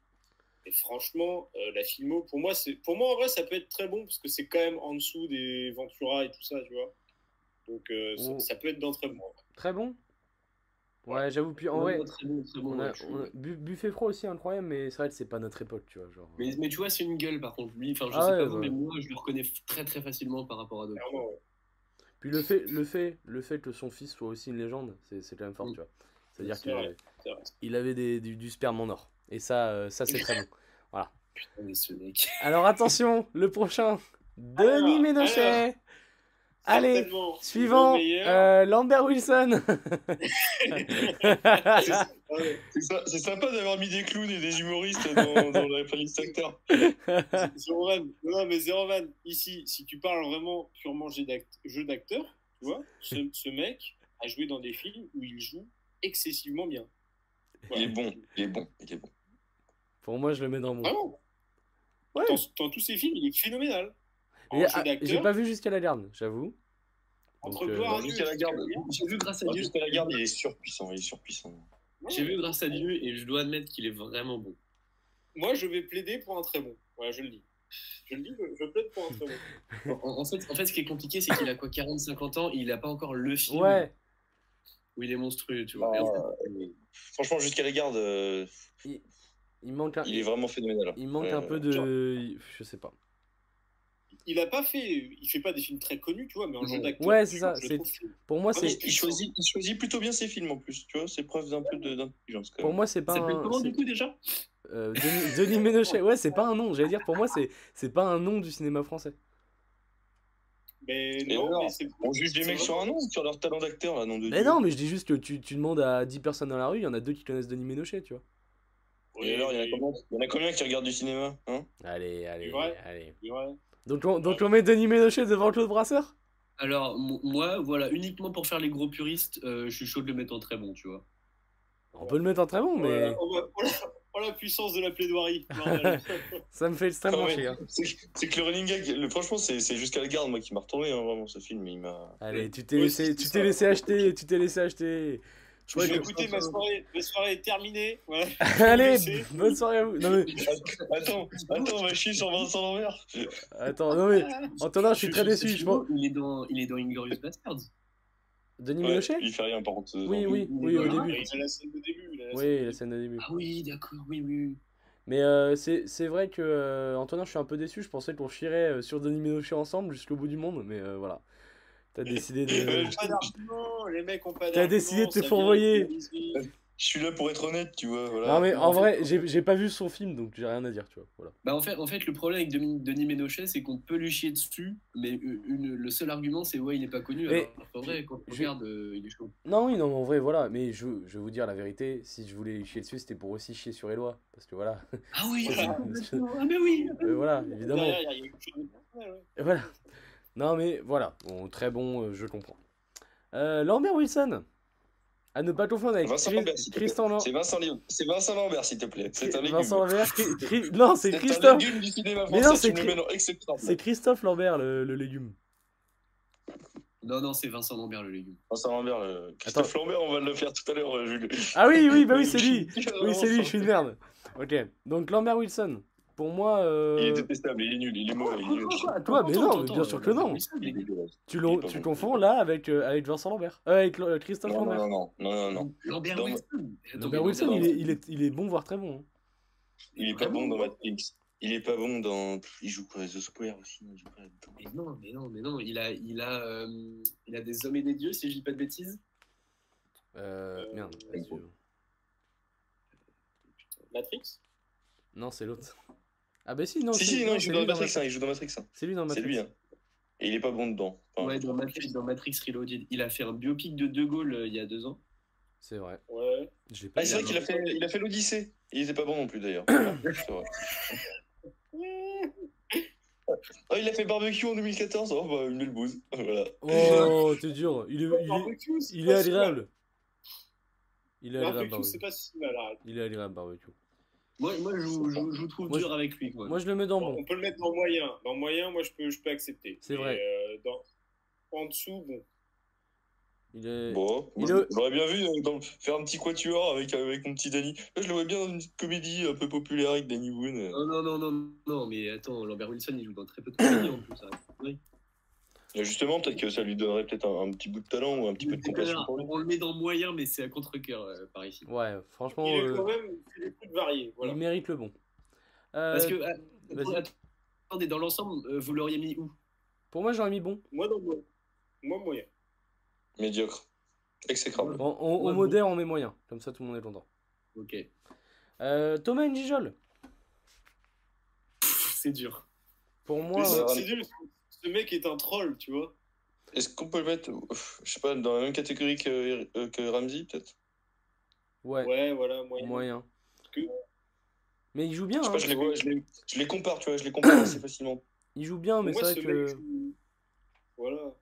Et franchement, euh, la filmo, pour moi, c'est pour moi en vrai, ça peut être très bon parce que c'est quand même en dessous des Ventura et tout ça, tu vois. Donc euh, ça, Oh. ça peut être dans très bon. en vrai. Très bon. Ouais, j'avoue, puis en Non, vrai, non, très bon, très bon. on a, ouais, je- on a- Bu- Buffet Froid aussi incroyable, mais c'est vrai que c'est pas notre époque, tu vois. Genre... Mais, mais tu vois, c'est une gueule par contre. Lui, enfin, je Ah sais ouais, pas vous, ouais. mais moi, je le reconnais f- très très facilement par rapport à d'autres. Clairement, ouais. Puis le fait, le, fait, le fait que son fils soit aussi une légende, c'est c'est quand même fort, Mm. tu vois. C'est-à-dire C'est vrai, qu'il c'est vrai. il avait des, du, du sperme en or. Et ça, euh, ça c'est très <laughs> bon. Putain, mais ce mec. Alors attention, le prochain, Denis Alors, Ménochet. Allez, Certainement, suivant, le meilleur. euh, Lambert <laughs> Wilson. Ah ouais. C'est ça- c'est sympa d'avoir mis des clowns et des humoristes dans, dans la playlist acteur. Zéro van. Non, mais zéro van. Ici, si tu parles vraiment purement jeu d'act- jeu d'acteur, tu vois, ce, ce mec a joué dans des films où il joue excessivement bien. Il Voilà. est bon, il est bon, il est bon. Pour moi, je le mets dans mon. Vraiment. Ouais. Dans, dans tous ses films, il est phénoménal. En Mais, jeu ah, J'ai d'acteur, pas vu jusqu'à la dernière, j'avoue. entre Donc, euh, gloire Dans et <laughs> Jusqu'à la garde, J'ai vu grâce à Ah dans Dieu. Jusqu'à la garde, il est surpuissant, il est surpuissant. J'ai vu grâce à Dieu et je dois admettre qu'il est vraiment bon. Moi, je vais plaider pour un très bon. Voilà, je le dis. Je le dis, je, je plaide pour un très bon. En, en fait, en fait, ce qui est compliqué, c'est qu'il a quoi 40-50 ans, il a pas encore le film Ouais. où il est monstrueux, tu vois. Bah, Et en fait, euh, Franchement, jusqu'à la garde, euh, Il manque un, il est vraiment phénoménal. il manque Ouais, un peu de. genre, Je sais pas. Il a pas fait, il fait pas des films très connus, tu vois, mais en jeu Non. d'acteur. Ouais, c'est je- ça, je le c'est- trouve que- Pour moi, Ah, mais c'est. Il choisit, il choisit plutôt bien ses films en plus, tu vois, c'est preuve d'un peu de- d'intelligence quand Pour même. moi, c'est pas. ça s'appelle un- comment c'est- du coup déjà euh, Denis, Denis Ménochet. Ouais, c'est pas un nom. J'allais dire, pour moi, c'est c'est pas un nom du cinéma français. Mais Et non, alors, mais c'est. On juge les c'est mecs sur un nom, sur leur talent d'acteur, là, nom de Mais Dieu. non, mais je dis juste que tu, tu demandes à 10 personnes dans la rue, il y en a deux qui connaissent Denis Ménochet, tu vois. Et alors, il y en a Oui, combien, il y en a combien qui regardent du cinéma hein Allez, allez, Ouais. allez. oui, ouais. Donc on, donc on met Denis Ménochet devant Claude Brasseur Alors, mo- moi, voilà, uniquement pour faire les gros puristes, euh, je suis chaud de le mettre en très bon, tu vois. On peut le mettre en très bon, Oh mais la- oh la- oh la- oh la puissance de <laughs> la plaidoirie. Bordel. ça me fait Ah extrêmement ouais. chier. hein. C'est c'est que le running gag, le, franchement, c'est c'est jusqu'à la garde, moi, qui m'a retourné, hein, vraiment, ce film. <laughs> Il m'a. Allez, tu t'es Ouais, laissé, c'est- tu c'est t'es ça. laissé acheter, tu t'es laissé <laughs> acheter. Je Je me vais suis écouter, ma soirée, ma soirée est terminée. Voilà. Allez, laissé. bonne soirée à vous. Non mais, Attends, attends, on va chier sur Vincent Lambert. attends, non mais, Antonin, je suis très déçu. Je pense. Il est dans, il est dans Inglorious Bastards. Denis Ouais, Ménochet il fait rien, par contre. Oui, dans- oui, il- oui, il- au il- début. Il a la scène de début. il a la scène Oui, de la scène de début. Ah oui, d'accord, oui, oui. oui. Mais euh, c'est c'est vrai que, euh, Antonin, je suis un peu déçu. Je pensais qu'on chierait euh, sur Denis Ménochet ensemble jusqu'au bout du monde, mais euh, voilà. T'as décidé <laughs> début. de. Ils ont pas d'argument, les mecs ont pas T'as décidé de te fourvoyer. Je suis là pour être honnête, tu vois. Voilà. Non mais en en fait, vrai, j'ai j'ai pas vu son film, donc j'ai rien à dire, tu vois. Voilà. Bah en fait, en fait, le problème avec Demi- Denis Ménochet, c'est qu'on peut lui chier dessus, mais une- une- le seul argument, c'est ouais, il n'est pas connu. Mais- alors qu'en vrai, quand on je- regarde, euh, il est chaud. Non, oui, non, mais en vrai, voilà. Mais je, je vais vous dire la vérité, si je voulais chier dessus, c'était pour aussi chier sur Eloi. Parce que voilà, <laughs> Ah oui, Voilà. complètement. ah mais oui. euh, voilà, évidemment. Derrière, il y a- il y a quelque chose de personnel, ouais. Et Voilà. Non, mais voilà. Bon, très bon, euh, je comprends. Euh, Lambert Wilson, à ne pas confondre avec Vincent Chris- Lambert, s'il te plaît. Tristan Lan- C'est Vincent, Lambert- c'est Vincent Lambert, s'il te plaît. C'est un légume. Vincent Lambert. Chris- <laughs> Chris- Non, c'est C'est Christophe. un légume du cinéma Mais français. non, c'est tu me Chris- le mets dans exceptable. C'est Christophe Lambert, le, le légume. Non, non, c'est Vincent Lambert le légume. Vincent Lambert, le- euh, Christophe Lambert, on va le faire tout à l'heure, euh, Jules. Ah oui, oui, bah oui, c'est <laughs> lui. Oui, c'est lui, je suis une merde. Ok, donc Lambert Wilson, pour moi, euh, Il est détestable, il est nul, il est mauvais, il est nul. toi, Ah, mais non, mais bien euh, sûr que non. Il est dégueulasse. tu, il l'on- est pas tu bon. confonds là avec, euh, avec Vincent Lambert. Euh, avec euh, Christophe Non, non, Lambert. non, non, non, non, non. Lambert Dans- Wilson. Attends, Lambert mais Wilson, non, il non. est, il, est, il est bon, voire très bon. hein. Il est pas Vraiment, bon dans ouais. Matrix. Il est pas bon dans. Il joue quoi The Square aussi il joue pas là-dedans. Mais non, mais non, mais non, il a, il a, euh, il a des hommes et des dieux, si je dis pas de bêtises. Euh, Euh, merde. c'est vas-y. Matrix Non, c'est l'autre. Ah bah si, non. Si, si, non, il joue c'est dans lui Matrix, hein, il joue dans Matrix. hein. C'est lui dans C'est Matrix. lui, hein. Et il est pas bon dedans. Enfin, ouais, dans Matrix, dans Matrix Reloaded, il a fait un biopic de De Gaulle euh, il y a deux ans. C'est vrai. Ouais. Je l'ai pas Ah, c'est vu. vrai qu'il a fait, il a fait l'Odyssée. Il était pas bon non <coughs> plus d'ailleurs. C'est vrai. Oh, il a fait barbecue en 2014. Oh bah une belle bouse. Voilà. Oh, t'es dur. Il est, il est, Barbecue, c'est il est pas si mal. agréable. Il est agréable, Barbecue, barbecue. c'est pas si mal. hein. arrête. Il est agréable, barbecue. Moi, moi je, vous, je vous- je vous trouve Moi, dur je- avec lui. Quoi. Moi, je le mets dans Bon, bon. On peut le mettre dans moyen. Dans moyen, moi, je peux, je peux accepter. C'est Mais, vrai. euh, dans- En dessous, bon. Il est... Bon, Il moi, est- j'aurais bien vu euh, dans- faire un petit quatuor avec, avec mon petit Danny. Là, je le vois bien dans une petite comédie un peu populaire avec Danny Boone. Non, non, non, non, non, mais attends, Lambert Wilson, il joue dans très peu de comédies en plus. <coughs> hein. Et Justement, peut-être que ça lui donnerait peut-être un, un petit bout de talent ou un petit peu de C'est compassion clair, pour lui. on le met dans moyen, mais c'est à contre-coeur euh, par ici. Ouais, franchement, Il est euh, quand même il fait des coups de variés. Voilà. il mérite le bon. Euh, Parce que, ah, vas-y. attends, attendez, dans l'ensemble, euh, vous l'auriez mis où Pour moi, j'aurais mis bon. Moi, dans moyen. Moi, moyen. Médiocre. Exécrable. Bon, on, on Ouais, modère, on met moyen. Comme ça, tout le monde est content. Ok. <laughs> Euh, Thomas Njijol, C'est dur. pour Mais moi. Oui, c'est- euh, ouais. c'est nul. Ce mec est un troll, tu vois. Est-ce qu'on peut le mettre, ouf, je sais pas, dans la même catégorie que, euh, que Ramsey, peut-être ouais, Ouais, voilà, moyen. moyen. Que- Mais il joue bien, Je sais hein. pas, je les, vois, je, les, je les compare, tu vois, je les compare assez facilement. il joue bien, mais Pour c'est moi, vrai ce que. mec, c'est- voilà.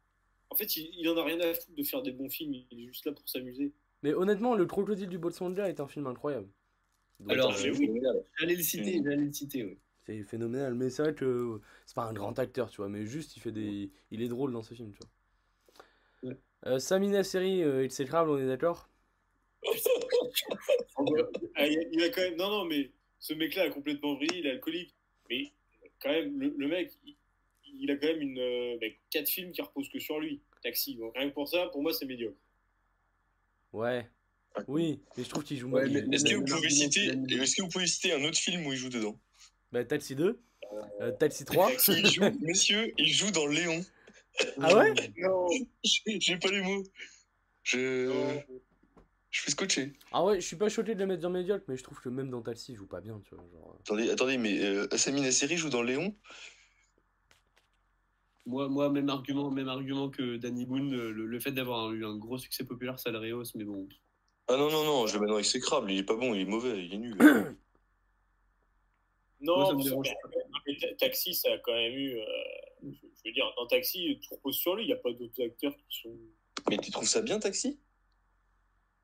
En fait, il, il en a rien à foutre de faire des bons films. Il est juste là pour s'amuser. Mais honnêtement, Le Crocodile du Botswana est un film incroyable. Donc, Alors, euh, j'ai- J'allais le citer, j'allais le citer, ouais. c'est phénoménal, mais c'est vrai que euh, c'est pas un grand acteur, tu vois, mais juste il fait des. Il est drôle dans ce film, tu vois. Ouais. Euh, Samina Seri, euh, il s'écrable, on est d'accord Ah, il, il a quand même. Non, non, mais ce mec-là a complètement vrillé. Il est alcoolique. Mais quand même, le, le mec, il, il a quand même une, euh, bah, quatre films qui reposent que sur lui. Taxi. Donc, rien que pour ça, pour moi, c'est médiocre. Ouais. Oui, mais je trouve qu'il joue Ouais, mal. mais- Est-ce que, Mais- vous pouvez citer, mais- est-ce que vous pouvez citer un autre film où il joue dedans Bah, Taxi 2, euh, Taxi <laughs> 3. Il joue, messieurs, il joue dans Léon. <laughs> Ah ouais Non. J'ai j'ai pas les mots. Je, je suis scotché. Ah ouais, je suis pas choqué de le mettre dans médiocre, mais je trouve que même dans Taxi, il joue pas bien, tu vois. Genre... Attendez, attendez mais euh, Samina Seri joue dans Léon Moi, moi, même argument, même argument que Danny Boone, euh, le, le fait d'avoir eu un gros succès populaire, ça le rehausse, mais bon. Ah non, non, non, je le mets dans Exécrable, il est pas bon, il est mauvais, il <coughs> est nul. Moi, ça Non, Oh, me mais- dérange mais Ta- Taxi, ça a quand même eu. euh, je je veux dire, dans Taxi, tout repose sur lui. Il n'y a pas d'autres acteurs qui sont. mais tu trouves ça bien, Taxi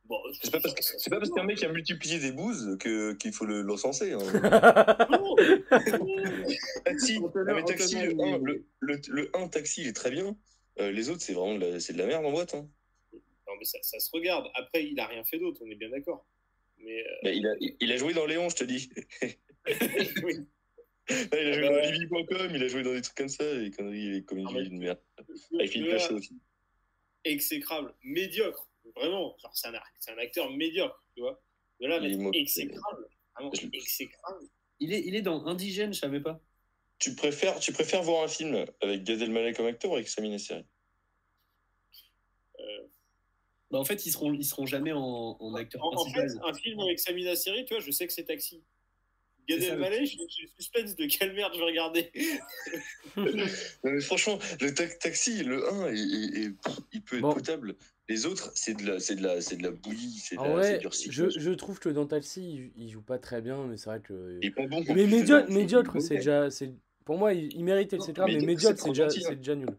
Bon, C'est pas parce que- ça- c'est pas parce qu'un mec a multiplié des bouses que- qu'il faut le l'encenser. hein. Non, non. <laughs> Taxi, Antonin- ah, mais taxi le, Antonin, 1, il- le, le, le 1 taxi il est très bien. Euh, les autres c'est vraiment de la, c'est de la merde en boîte. hein. Non, mais ça, ça se regarde. Après, il a rien fait d'autre, on est bien d'accord. Mais euh, Bah, il, a, il- il a joué dans Léon, je te dis. <laughs> oui. Là, il a joué Ah dans bah. Libby.com, il a joué dans des trucs comme ça, les conneries, les Ah, mais- comédies de merde. Ah, le- Avec Philippe le- Lachaud aussi. exécrable, médiocre, vraiment. Genre, c'est un, ar- c'est un acteur médiocre, tu vois. De là, Il est mais mauvais. exécrable, vraiment Je- exécrable. Il est, il est dans Indigène, je savais pas. Tu préfères, tu préfères voir un film avec Gad Elmaleh comme acteur ou avec Samina Seri Bah, en fait, ils seront, ils seront jamais en, en acteur En, en fait, principal. un film avec Samina Seri, tu vois, je sais que c'est Taxi. Gad C'est ça, le Elmaleh, j'ai j'ai le suspense de quelle merde je vais regarder. Non, mais Euh, franchement, le ta- taxi, le 1, est- est- est- pff, il peut être Bon. potable. Les autres, c'est de la, c'est de la, c'est de la bouillie, c'est de En la, c'est vrai, du recyclage. Ah je, je trouve que dans Taxi, il- il joue pas très bien, mais c'est vrai que. Il est pas bon. Mais médiocre, médiocre Ok. c'est déjà. c'est- Pour moi, il, il mérite, etc. Mais médiocre, médiocre, c'est c'est trop déjà, gentil, hein. c'est déjà nul.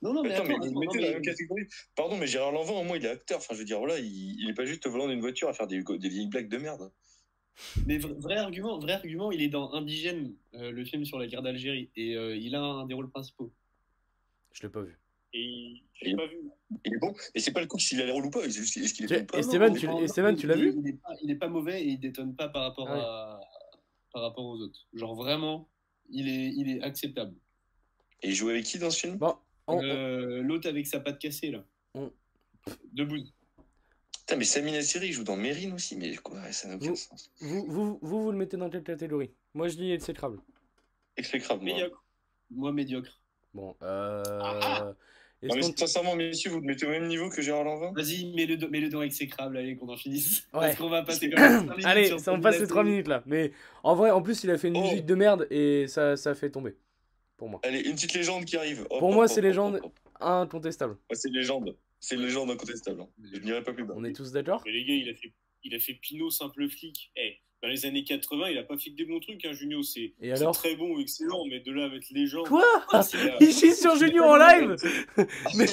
Non, non, mais Attends, attends, mais attends, vous non, mettez dans mais- la même catégorie. Pardon, mais Gérard Lanvin, au moins, il est acteur. Enfin, je veux dire, voilà, il, il est pas juste au volant d'une voiture à faire des, des vieilles blagues de merde. mais vra- vrai argument, vrai argument, il est dans Indigène, euh, le film sur la guerre d'Algérie, et euh, il a un des rôles principaux. Je l'ai pas vu. Et Et- j'ai pas vu. Il est bon, et c'est pas le coup s'il a l'air ou pas. c'est juste- Est-ce qu'il est, Et- bon ou pas et Ah Non, Stéphane, non, tu non, l'as- non, et Stéphane, il- tu l'as il- vu il est, pas, il est pas mauvais et il détonne pas par rapport, Ah ouais. à, par rapport aux autres. Genre vraiment, il est, il est acceptable. Et il joue avec qui dans ce film Bon, on- Euh, L'autre avec sa patte cassée, là. On- Debout. Putain, mais Samina Seri, il joue dans Mérine aussi, mais quoi, ça n'a aucun Vous- sens. vous, vous, vous, vous le mettez dans quelle catégorie Moi, je dis exécrable. Exécrable. moi. Médiocre. Moi, médiocre. Bon, euh. Ah est-ce Non, mais qu'on- sincèrement, messieurs, vous le mettez au même niveau que Gérard Lanvin Vas-y, mets-le dans- mets-le dans exécrable, allez, qu'on en finisse. Ouais. Parce qu'on va passer quand même 3 minutes Allez, sur ça, on Samina passe les 3 Seri. minutes là. Mais en vrai, en plus, il a fait une Oh. musique de merde et ça, ça a fait tomber. Pour moi. Allez, une petite légende qui arrive. Hop, Pour hop, moi, hop, c'est hop, légende. hop, hop. Incontestable. Ouais, c'est légende. C'est une légende incontestable. hein. Je n'irai pas plus bas. On est tous d'accord Mais les gars, il a fait, il a fait Pinot simple flic. Eh, dans les années 80, il a pas fait que des bons trucs, hein, Junio. C'est Et c'est alors très bon ou excellent, mais de là à mettre légende. Quoi <laughs> c'est la- Il chie sur Junior en live <laughs> Mais.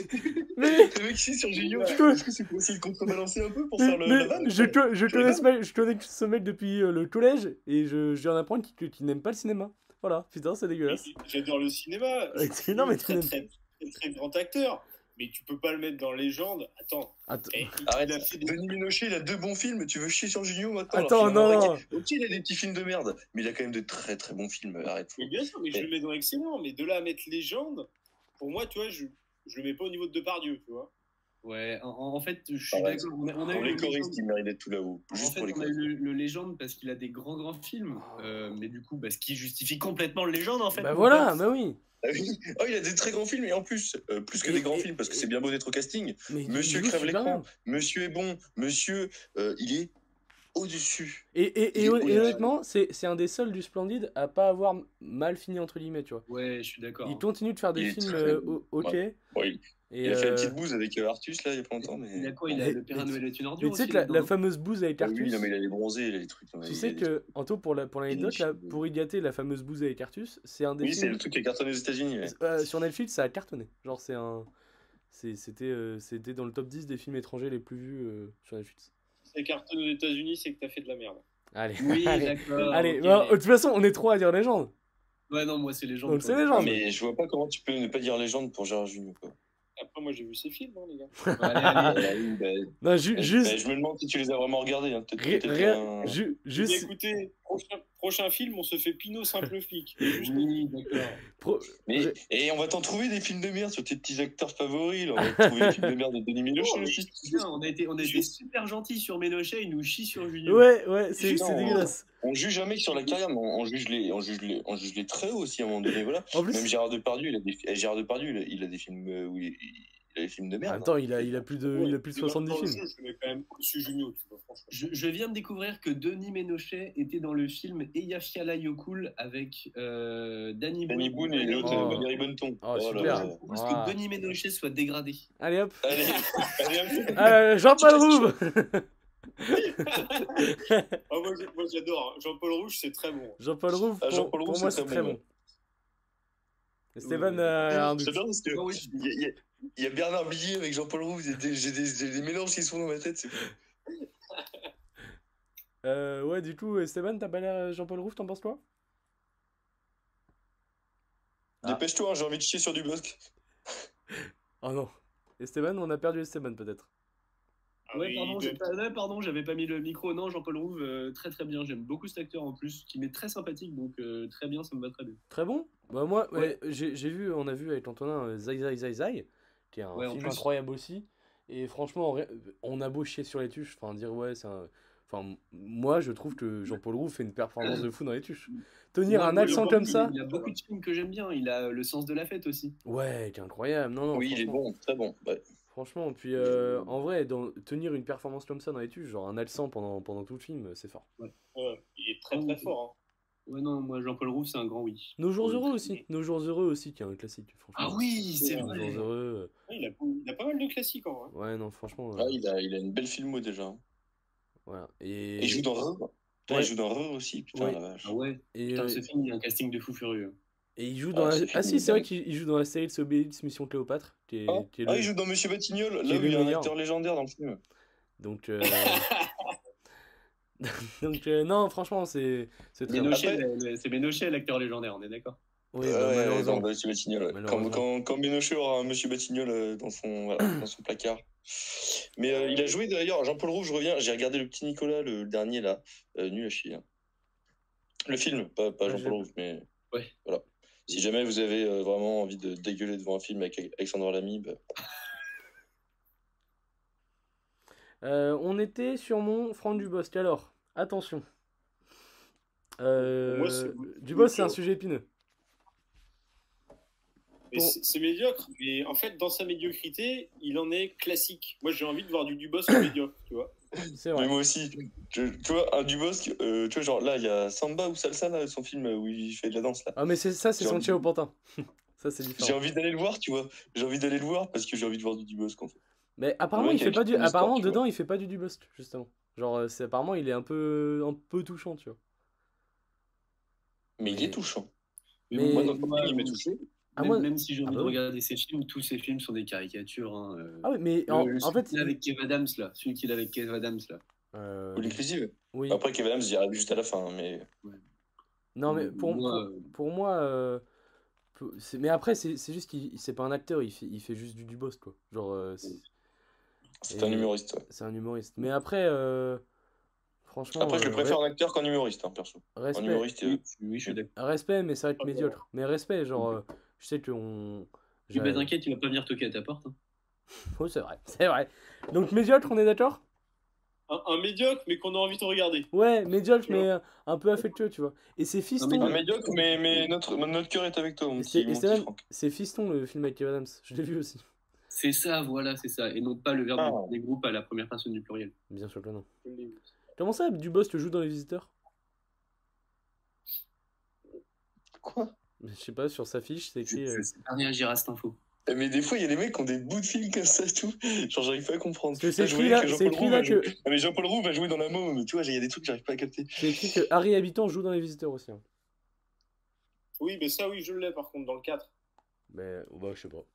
Mais. Le mec ici sur Génio, Je peux- est-ce que c'est pour essayer de contrebalancer un peu pour Mais, faire le, mais la vanne je, co- je, Je connais ce mec, je connais ce mec depuis euh, le collège et je, je viens d'apprendre qu'il qu'il n'aime pas le cinéma. Voilà, putain, c'est dégueulasse. J'adore le cinéma. Ouais, Je c'est- suis non, mais un tu très, n'aimes- très, très, très grand acteur. Mais tu peux pas le mettre dans légende. Attends. Attends, eh, il- Arrête. il a fait des- Denis Minochet, il a deux bons films, tu veux chier sur Junio maintenant Attends, alors qu'il a un non, vrai- Ok, il a des petits films de merde, mais il a quand même de très très bons films, arrête. Mais bien sûr, mais je le mets dans excellent. Mais de là à mettre légende, pour moi, tu vois, je, je le mets pas au niveau de Depardieu, tu vois. Ouais, en, en- en fait, je suis Ah ouais. d'accord. On a, on a Pour eu les le choristes, légende- il mérite d'être tout là-haut. en Juste fait, pour les on a eu choristes. le, le légende parce qu'il a des grands grands films, Euh, mais du coup, bah, ce qui justifie complètement le légende en fait. Ah bah mon voilà, pote. bah oui. Ah oui. Oh, il a des très grands films, et en plus, euh, plus que Et- des grands et- films, parce que et- c'est bien beau d'être au casting. Mais il Monsieur joue crève super l'écran. bien. Monsieur est bon, monsieur, euh, il est au-dessus. Et, et, et, Il est hon- trop et bien. honnêtement, c'est c'est un des seuls du Splendide à pas avoir m- mal fini, entre guillemets, tu vois. Ouais, je suis d'accord. Il continue de faire Il des est films très euh, bon. o- ok. Ouais. Bon, il, Et, il a fait euh, une petite bouse avec euh, Artus là il y a pas longtemps. Mais... Il a quoi Il a Mais- le Père mais- Noël est une ordure. mais tu sais aussi, hein, que la, là-dedans, la non fameuse bouse avec Ah Artus, Oui, non, mais il a les bronzés, il a les trucs. non, mais tu il a sais des- que, Anto, pour la- pour l'anecdote, Il y a là, des films. pour Idiaté, la fameuse bouse avec Artus, c'est un des Oui, c'est films. le truc qui est cartonné aux États-Unis. ouais. Euh, sur Netflix, ça a cartonné. Genre, c'est un. c'est- C'était euh, c'était dans le top 10 des films étrangers les plus vus euh, sur Netflix. C'est cartonne aux États-Unis, c'est que t'as fait de la merde. Allez. <laughs> Oui, allez. d'accord. Allez, ok. bah, de toute façon, on est trois à dire légende. Ouais, non, moi, c'est les gens. Donc, c'est les gens. Mais je vois pas comment tu peux ne pas dire légende pour Gérard Junior. Quoi. Après, moi, j'ai vu ces films, hein, les gars. Ah. <laughs> Bah oui, bah, Non, ju- bah, juste. bah, je me demande si tu les as vraiment regardés. Hein. Peut-être Rien- peut-être rien- un- ju- Mais juste Eh écoutez, prochain, prochain film, on se fait <laughs> Pinot simple flic. Juste- Oui, euh, d'accord. pro- Mais, Ouais. Et on va t'en trouver des films de merde sur tes petits acteurs favoris. Là. On va te trouver les films de merde de Denis hein, Ménochet aussi. Putain, on a été, on a été super gentils sur Ménochet, il nous chie sur Julien. Ouais, ouais, c'est Juste c'est en- dégueulasse. On juge jamais que sur la carrière, mais on, on juge les, on juge les, on juge les très haut aussi à un moment donné. Voilà. En Même plus, Gérard Depardieu, il a des, eh, Gérard Depardieu, il a, il a des films euh, où il, il a des films de en merde. hein. même temps, il a, il a plus de, il a plus de Mais maintenant, 70 films. Je mets quand même au-dessus Junio, tu vois, franchement. Je, je viens de découvrir que Denis Ménochet était dans le film Eyafyala Yokul avec euh, Danny Boone. Danny Boone et l'autre, Oh. euh, Valérie Bonneton. Oh, là super. là. Je propose Ah. que Denis Ménochet soit dégradé. Allez hop. <laughs> Allez, Allez, un petit- Euh, Jean-Paul Rouve Ah, moi, j'ai- moi, j'adore. hein. Jean-Paul Rouge, c'est très bon. Jean-Paul Rouve, Ah, pour, Jean-Paul pour Rouve, moi, c'est c'est très très bon. bon. Stéphane Ouais. euh, <laughs> a un doute. J'adore parce que Ah oui, je- il y a- il y a- il y a Bernard Billy avec Jean-Paul Roux. J'ai des, j'ai des- j'ai des mélanges qui sont dans ma tête. c'est fou. Euh, ouais, du coup, euh, Stéphane, t'as pas l'air euh, Jean-Paul Rouve, t'en penses quoi Ah. Dépêche-toi, hein, j'ai envie de chier sur du bosque. Oh non. Esteban, on a perdu Esteban peut-être. Ah <laughs> Ouais, oui, pardon, il j'ai donne- pas- ouais, pardon, j'avais pas mis le micro. Non, Jean-Paul Rouve, euh, très très bien. J'aime beaucoup cet acteur en plus, qui m'est très sympathique, donc euh, très bien, ça me va très bien. Très bon Bah moi, Ouais. euh, j'ai j'ai vu, on a vu avec Antonin euh, Zai Zai Zai Zai, qui est un Ouais, en film plus. incroyable aussi. Et franchement, en vrai, on a beau chier sur les tuches, enfin dire ouais, c'est un... Enfin, m- moi, je trouve que Jean-Paul Roux fait une <laughs> performance de fou dans les tuches. Tenir Non, un moi, accent Jean-Paul comme Rouve, ça, Il a beaucoup de films que j'aime bien. Il a euh, le sens de la fête aussi. ouais, qui est incroyable. Non, non, Oui, il est Oh, franchement, bon, très bon. Bah, ouais. franchement. Puis euh, en vrai, dans- tenir une performance comme ça dans les tuches, genre un accent pendant, pendant tout le film, euh, c'est fort. Ouais, il est très très fort. hein. Ouais, non, moi, Jean-Paul Rouve, c'est un grand oui. Nos jours Oui. heureux aussi, Nos jours heureux aussi, qui est un classique. franchement. Ah oui, c'est Nos vrai. jours heureux. hein. Ouais, Il a, il a pas mal de classiques hein. en vrai. euh, Ouais, non, franchement. euh, Ah, il, a, il a une belle filmo déjà. hein. Voilà. Et il joue dans Reur. Putain, Ouais. Il joue dans Reur aussi, putain Ouais. la vache. Ah ouais, Et, putain, euh, ce film, il y a un casting de fou furieux. et il joue Ah, dans. la- c'est Ah, si, fini, c'est dingue. vrai qu'il il joue dans Astérix Obélix Mission Cléopâtre, qui est, Ah, qui est Ah, le- il joue dans Monsieur Batignol, Qui est là où le il y a un meilleur. acteur légendaire dans le film. Donc. <laughs> euh, <laughs> Donc, euh, non, franchement, c'est c'est très bon. Ménochet, le- le- C'est Ménochet, l'acteur légendaire, on est d'accord Oui, Ouais, bah, ouais, malheureusement. dans Euh, Monsieur Batignol. ouais. Malheureusement. Quand, quand, quand Ménochet aura un Monsieur Batignol euh, dans <clears throat> son, voilà, dans son placard. Mais euh, il a joué d'ailleurs, Jean-Paul Rouge, je reviens, j'ai regardé le petit Nicolas, le dernier là, Euh, nul à chier. hein. Le film, pas, pas Ouais, j'ai- Jean-Paul Rouge, mais Ouais. voilà. Si jamais vous avez euh, vraiment envie de dégueuler devant un film avec Alexandre Lamy, bah, Euh, on était sur mon Franck Dubosc. Alors, attention. Euh, Moi, c'est- Dubosc, c'est un sujet épineux. Mais Bon. c'est- C'est médiocre, mais en fait, dans sa médiocrité, il en est classique. Moi, j'ai envie de voir du Dubos en <coughs> médiocre, tu vois. C'est vrai. Mais moi aussi, tu, tu vois, un Dubosc, euh, tu vois, genre là, il y a Samba ou Salsa, là, son film euh, où il fait de la danse, là. Ah, mais c'est ça, c'est J'ai Santiago Pantin. <laughs> ça, c'est J'ai différent. envie d'aller le voir, tu vois. J'ai envie d'aller le voir parce que j'ai envie de voir du Dubosc, en fait. Mais apparemment, mec il fait avec pas du. une histoire, Apparemment, tu vois. dedans, il fait pas du Dubosc, justement. Genre, euh, c'est apparemment, il est un peu, un peu touchant, tu vois. Mais il Mais- est touchant. Mais- moi, euh, dans le film, il m'a touché. Ah, Même, moi- même si j'ai envie bah de oui. regarder ces films, tous ces films sont des caricatures. hein, euh. Ah oui, mais Le- en, le- en celui fait. qu'il a avec Kev Adams là, celui qu'il a avec Kev Adams là. Euh, Ou l'inclusive. oui. Après, Kevin Adams, j'y arrive juste à la fin, hein, mais. Non, mais pour moi, euh, pour- pour moi. euh, peu- c'est- Mais après, c'est c'est juste qu'il c'est pas un acteur, il fait, il fait juste du Dubos, quoi. Genre, euh, c'est C'est Et- euh, un humoriste. ouais. c'est un humoriste. Mais après, euh, franchement, Après, je le euh, préfère en acteur qu'en humoriste, hein, perso. re- En respect, humoriste, euh, oui, oui, je suis d'accord. respect, mais ça va être Ah, médiocre. Mais respect, genre, euh, je sais que on. Oui, bah, t'inquiète, il va pas venir toquer à ta porte. hein. Oh, c'est vrai, <laughs> c'est vrai. Donc, médiocre, on est d'accord? Un, un médiocre, mais qu'on a envie de regarder. Ouais, médiocre, Ouais. mais euh, un peu affectueux, tu vois. Et c'est mais- Fiston, un médiocre, mais, mais notre, notre cœur est avec toi, mon Et petit, c'est- et mon c'est petit même- Franck. c'est Fiston le film avec Kev Adams, je l'ai vu aussi. C'est ça, voilà, c'est ça. Et non pas le verbe Ah. des groupes à la première personne du pluriel. Bien sûr que non. Je l'ai vu. Comment ça, Dubos te joue dans Les Visiteurs Quoi Je sais pas, sur sa fiche, c'est Je écrit. ne euh, sais pas réagir à cette info. Eh, Mais des fois, il y a des mecs qui ont des bouts de fil comme ça, et tout. Genre, j'arrive pas à comprendre. Parce que c'est Là, je écrit voyais là, que c'est Jean-Paul écrit Roux là va jouer- que, Ah, mais Jean-Paul Roux va jouer dans la môme. Tu vois, il y a des trucs que j'arrive pas à capter. c'est écrit que Harry Habitant joue dans Les Visiteurs aussi. hein. Oui, mais ça, oui, je l'ai par contre dans le 4. Mais bah, je sais pas.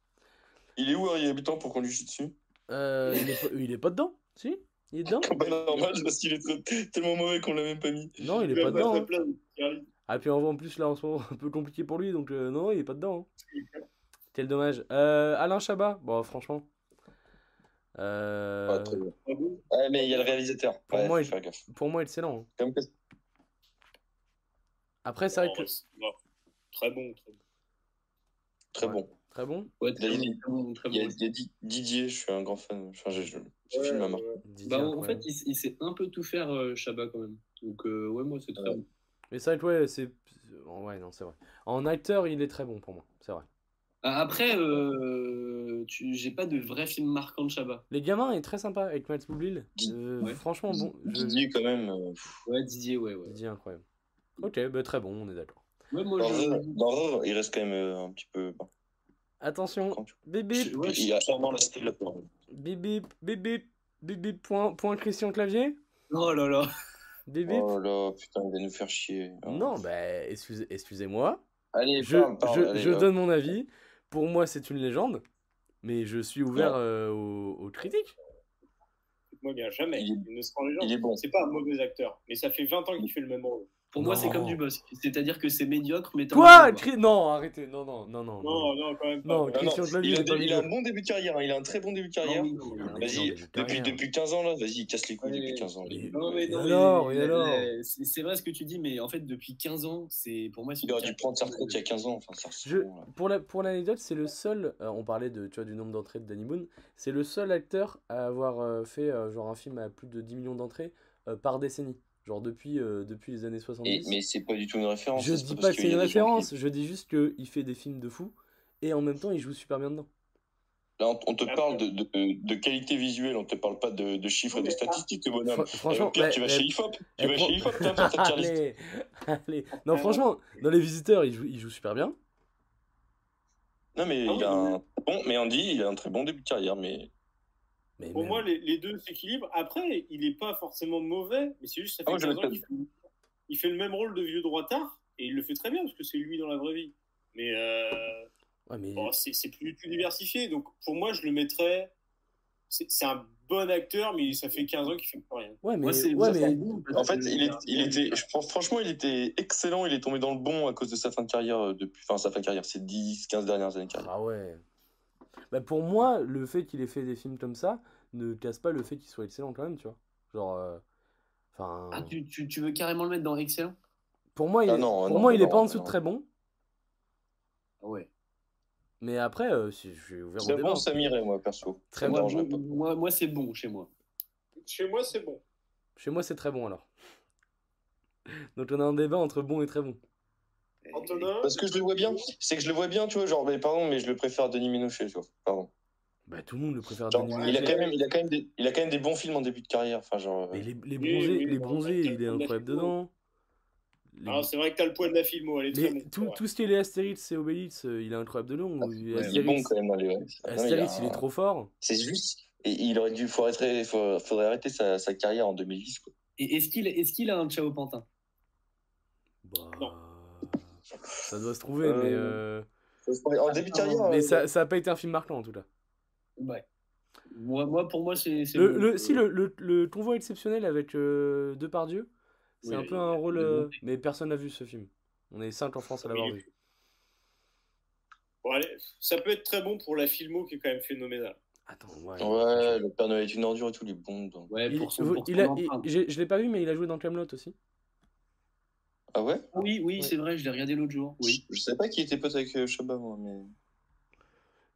Il est où, Harry Habitant, pour qu'on lui chie dessus <laughs> Euh, il, est pas, il est pas dedans Si Il est dedans Pas Bah, normal, parce qu'il est trop- tellement mauvais qu'on l'a même pas mis. Non, il Tu est pas vas dedans. pas hein. te plaindre, Charlie. Ah, puis en en plus, là, en ce moment, <laughs> un peu compliqué pour lui, donc euh, non, il est pas dedans. hein. Quel dommage. Euh, Alain Chabat, bon, franchement. Euh, Ah, très bien. Ah bon Ouais, mais il y a le réalisateur. Pour ouais, moi, faut il- faire gaffe. pour moi, excellent. hein. Comme que- Après, c'est vrai Non, que. ouais, c'est- bon. Très bon, très bon. Très Ouais. bon. Très bon. Ouais, très David, bon, très bon, très Il y a, bon. il y a Di- Didier, je suis un grand fan. Enfin, je, je, ce Ouais, film m'a ouais, marqué. ouais. Didier, Bah, en fait, incroyable. il, s- il sait un peu tout faire, euh, Chabat, quand même. Donc, euh, ouais, moi, c'est très Ouais. bon. Mais c'est vrai que, ouais, c'est. Ouais, non, c'est vrai. En acteur, il est très bon pour moi, c'est vrai. Ah, Après, euh, tu- j'ai pas de vrai film marquant de Chabat. Les gamins est très sympa avec Max Boublil. Euh, Ouais. Franchement, bon. Je... Didier, quand même. euh, pff. Ouais, Didier, ouais, ouais. Didier, incroyable. Ok, bah, très bon, on est d'accord. Ouais, moi, Dans Oh, je- Rrr- dans Rrr, il reste quand même euh, un petit peu. bon, Attention, quand tu- bébé, Ouais, il a clairement la style. bébé, bébé, bébé, point, point Christian Clavier Oh là là. Bébé Oh là, putain, il va nous faire chier. Oh. Non, bah, excusez- excusez-moi. Allez, je, parle, parle, je- allez, je euh, donne mon avis. Pour moi, c'est une légende, mais je suis ouvert Ouais. euh, aux, aux critiques. Moi, bien jamais. Il- Il ne se rend les gens. Il est bon. C'est pas un mauvais acteur, mais ça fait 20 ans qu'il fait le même rôle. Pour moi, c'est Non. comme du boss. C'est-à-dire que c'est médiocre, mais t'as Quoi envie de le voir. Cri- Non, arrêtez. Non, non, non, non. non. Non, non, quand même pas. Non, Non, non, Christian Clavier, il, il a, est pas il a un milieu. bon début de carrière, hein, il a un très bon début de carrière. Non, non, non, non. mais Vas-y, non, mais depuis, carrière. depuis 15 ans, là, vas-y, il casse les couilles Ouais. depuis 15 ans. là. Il- Non, mais non, Et mais- alors, mais- et alors mais- c'est c'est vrai ce que tu dis, mais en fait, depuis 15 ans, c'est pour moi. c'est Il aurait une dû prendre sa retraite il y a caricature. 15 ans. Enfin, ça ressemble, Je- là. Pour la pour l'anecdote, c'est le seul. euh, on parlait de tu vois du nombre d'entrées de Danny Boone. C'est le seul acteur à avoir euh, fait euh, genre un film à plus de 10 millions d'entrées euh, par décennie. Genre depuis euh, depuis les années Et- 70. mais c'est pas du tout une référence. Je ça, dis parce pas que qu'il c'est y a une des gens qui- référence. Je dis juste que il fait des films de fou et en même temps il joue super bien dedans. Là, on, on te parle de, de- de qualité visuelle, on te parle pas de, de chiffres et de statistiques, bonhomme. Fr- franchement, Et au pire, mais- tu vas mais- chez IFOP, tu mais vas pro- Ah, chez IFOP, <laughs> t'as pas ta tier list. allez, allez. Non, franchement, dans les visiteurs, il joue, il joue super bien. Non, mais Ah il a oui, un bon, mais Andy, il a un très bon début de carrière, mais Mais Pour même- moi, les, les deux s'équilibrent. Après, il n'est pas forcément mauvais, mais c'est juste ça Ah, fait moi, je 15 ans l'aime qu'il fait, il fait le même rôle de vieux droitard, et il le fait très bien, parce que c'est lui dans la vraie vie. Mais euh, Ouais, mais- bon, c'est c'est plus du tout diversifié, donc pour moi, je le mettrais... C'est c'est un bon acteur, mais ça fait 15 ans qu'il fait plus rien. ouais, mais- Moi, c'est. ouais, moi, mais- c'est bon, parce Bah, en fait, que- il, est- il était, je pense- franchement, il était excellent. Il est tombé dans le bon à cause de sa fin de carrière euh, depuis, enfin, sa fin de carrière, ses 10, 15 dernières années de carrière. Ah ouais. Bah, pour moi, le fait qu'il ait fait des films comme ça ne casse pas le fait qu'il soit excellent quand même, tu vois. Genre, euh, enfin, Ah, tu, tu- tu veux carrément le mettre dans Excellent pour moi, il, Ah non, pour non, moi, il est non, pas en dessous non. de très bon. Ah Ouais. Mais après, euh, si- je suis ouvert au Très débat. hein. bon, Samir et moi, perso. Très Ça me bon. Moi, dérangerait pas. moi, moi, c'est bon chez moi. Chez moi, c'est bon. Chez moi, c'est très bon alors. <laughs> Donc on a un débat entre bon et très bon. Antonin Parce que je le vois bien, c'est que je le vois bien, tu vois, genre, mais pardon, mais je le préfère à Denis Ménochet, tu vois, pardon. Bah tout le monde le préfère. à Genre, Denis il, a Ménochet. quand même, il, a quand même des, il a quand même des bons films en début de carrière, enfin, genre. euh, Mais les, les Oui, bronzés, oui, les bon, bronzés, t'as- il est t'as incroyable fait le dedans. Les- Ah, Alors, Ah, c'est vrai que t'as le poids de la filmo, elle est les- très bonne. tout, tout ce qui est les Astérix et Obélix, euh, il est incroyable dedans. Ah, Ou- il est bon Astérix, quand même dans les. ah ouais. Non, mais il a Astérix, Euh, il un- est trop fort. C'est juste. Et il aurait dû. Faut arrêter, faut- faudrait arrêter sa, sa carrière en 2010. Quoi. Et est-ce qu'il est qu'il a un Ciao Pantin Bah, Non. ça doit se trouver, Euh, mais, euh, En début de carrière. mais euh, ça, ça a pas été un film marquant en tout cas. Ouais. Moi, moi, pour moi, c'est. c'est Le, bon. euh. le- si le, le, le convoi exceptionnel avec euh, Depardieu, c'est Oui, un il- peu un il- rôle, il est euh, bon. mais personne n'a vu ce film. On est cinq en France à Oui, l'avoir il est vu. Bon, allez, ça peut être très bon pour la filmo qui est quand même phénoménale. Attends, ouais. Ouais, le Père Noël est une ordure et tout, les bons dedans. Ouais, Il- pour son, vous- pour son il a- il- empreinte. j'ai- je l'ai pas vu, mais il a joué dans Camelot aussi. Ah ouais Oui, oui, Ouais. c'est vrai, je l'ai regardé l'autre jour. Oui. Je, je savais pas qui était pote avec euh, Chabat, moi, mais.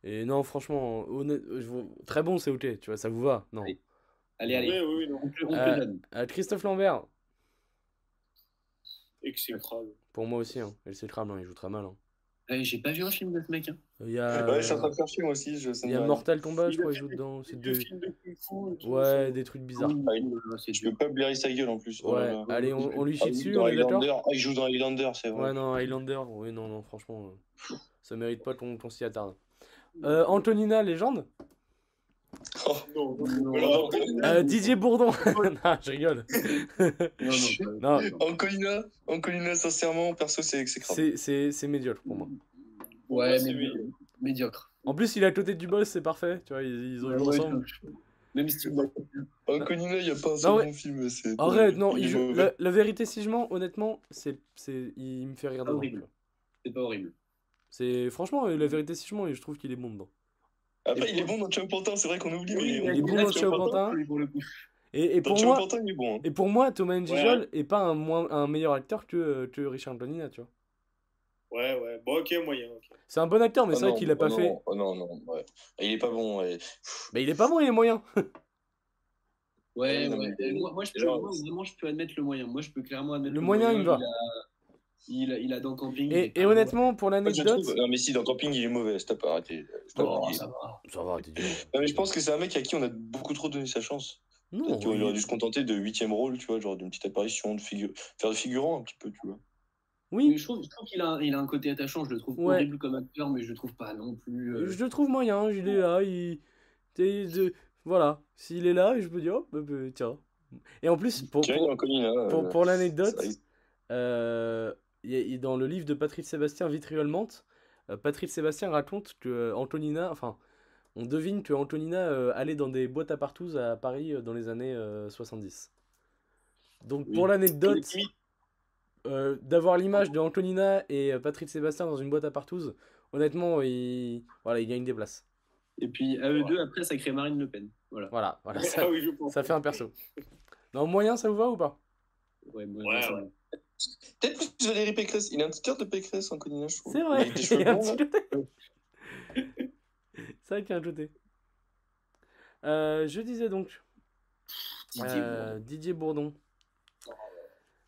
Et non, franchement, honnête- je vous- très bon, c'est ok, tu vois, ça vous va. Non. Oui. Allez, allez. Oui, oui, non. On te on te Euh, le donne. Euh, Christophe Lambert, Exécrable. pour moi aussi, hein, elle s'écrame, hein, il joue très mal. hein. Ouais, Eh, J'ai pas vu un film de ce mec. Hein. Il y a, Ouais, je suis en train de chercher moi aussi. Je, ça Euh, il me y a va. Mortal Kombat, Il je a crois, il fait joue dedans. C'est Deux des- films de Kung Fu et tout, Ouais, des trucs bizarres. Oui, euh, c'est Je peux dur. pas blairer sa gueule en plus. Oh là Ouais, là. allez, on, on lui Ah chie oui, dessus, dans on est d'accord Highlander. Ah, il joue dans Highlander, c'est vrai. Ouais, non, Highlander, oui, non, non, franchement, euh, ça mérite pas qu'on qu'on s'y attarde. Euh, Antonina, légende ça. Non, non, Non, Voilà. non, Euh, Didier Bourdon <laughs> Non, je rigole. non, pas- Non, Ancolina, Ancolina, sincèrement, perso, c'est exécrable. c'est- c'est c'est médiocre pour moi. Ouais, Ouais, c'est médiocre. médiocre. En plus, il est à côté du boss, c'est parfait, tu vois, ils, ils ont joué Ouais, ensemble. je- Même si tu vois, Ancolina, il n'y a pas un seul ouais. bon film. c'est- Arrête, non, il il est joue- mauvais. la, la vérité, si je mens, honnêtement, c'est c'est- il me fait rire dedans. Horrible. c'est pas horrible. C'est franchement, euh, la vérité, si je mens, je trouve qu'il est bon dedans. Après, il est bon dans Chiopantin, c'est vrai qu'on oublie. mais Oui, on- Il est bon là, dans tu Chao vois, Pantin. oui, pour le coup. Et, et Dans pour moi, Chiopantin, il est bon. hein. et pour moi, Thomas Njijol est pas un, moins, un meilleur acteur que, euh, que Richard Antonina, tu vois. Ouais, ouais. Bon, ok, moyen. ok. C'est un bon acteur, mais Ah c'est vrai non, qu'il a oh pas non, fait. oh non, non, ouais. Il est pas bon. ouais. Mais il est pas bon, il est moyen. Ouais, Non, ouais. mais- Moi, moi, je peux, Genre- moi, vraiment, je peux admettre le moyen. Moi, je peux clairement admettre Le moyen, il me va. Il a, il a, il a dans Camping. il est Et, et pas honnêtement, pour Ah Moi, je l'anecdote, trouve- Non, mais si, dans Camping, il est mauvais. Stop, arrêtez. bon. Stop, Oh, il est- ça va. ça va, t'es euh, Non, mais je pense que c'est un mec à qui on a beaucoup trop donné sa chance. Non, Tu vois, il aurait il- dû se contenter de huitième rôle, tu vois, genre d'une petite apparition, de figu- faire de figurant un petit peu, tu vois. oui, Mais Je trouve, je trouve qu'il a, un- il a un côté attachant. Je le trouve Ouais. horrible comme acteur, mais je le trouve pas non plus. euh, je le trouve moyen, il est là, il. t'es- de- Voilà, s'il est là, je peux dire, oh, bah, bah, tiens. Et en plus, pour, Thierry pour, Lancolini, là, euh, pour, pour l'anecdote, ça risque- euh, il y a- il- dans le livre de Patrick Sébastien, Vitriol Mente, euh, Patrick Sébastien raconte que euh, Antonina, enfin, on devine que Antonina euh, allait dans des boîtes à partous à Paris euh, dans les années euh, 70. Donc Oui. pour l'anecdote, Limite, euh, d'avoir l'image de Antonina et euh, Patrick Sébastien dans une boîte à partous, honnêtement, il, voilà, il gagne des places. Et puis, à eux deux, après, ça crée Marine Le Pen. Voilà. Voilà, voilà ça, <laughs> Ah oui, je pense. ça fait un perso. Non, moyen, ça vous va ou pas Ouais, moi, Ouais, ça- Peut-être plus Valérie Pécresse. Il a un petit air de Pécresse, Ancolina, je trouve. C'est vrai, Il a <laughs> des il cheveux y a un blonds, petit là. côté. <laughs> C'est vrai qu'il y a un côté. Euh, je disais donc Didier, hein. euh, Didier Bourdon.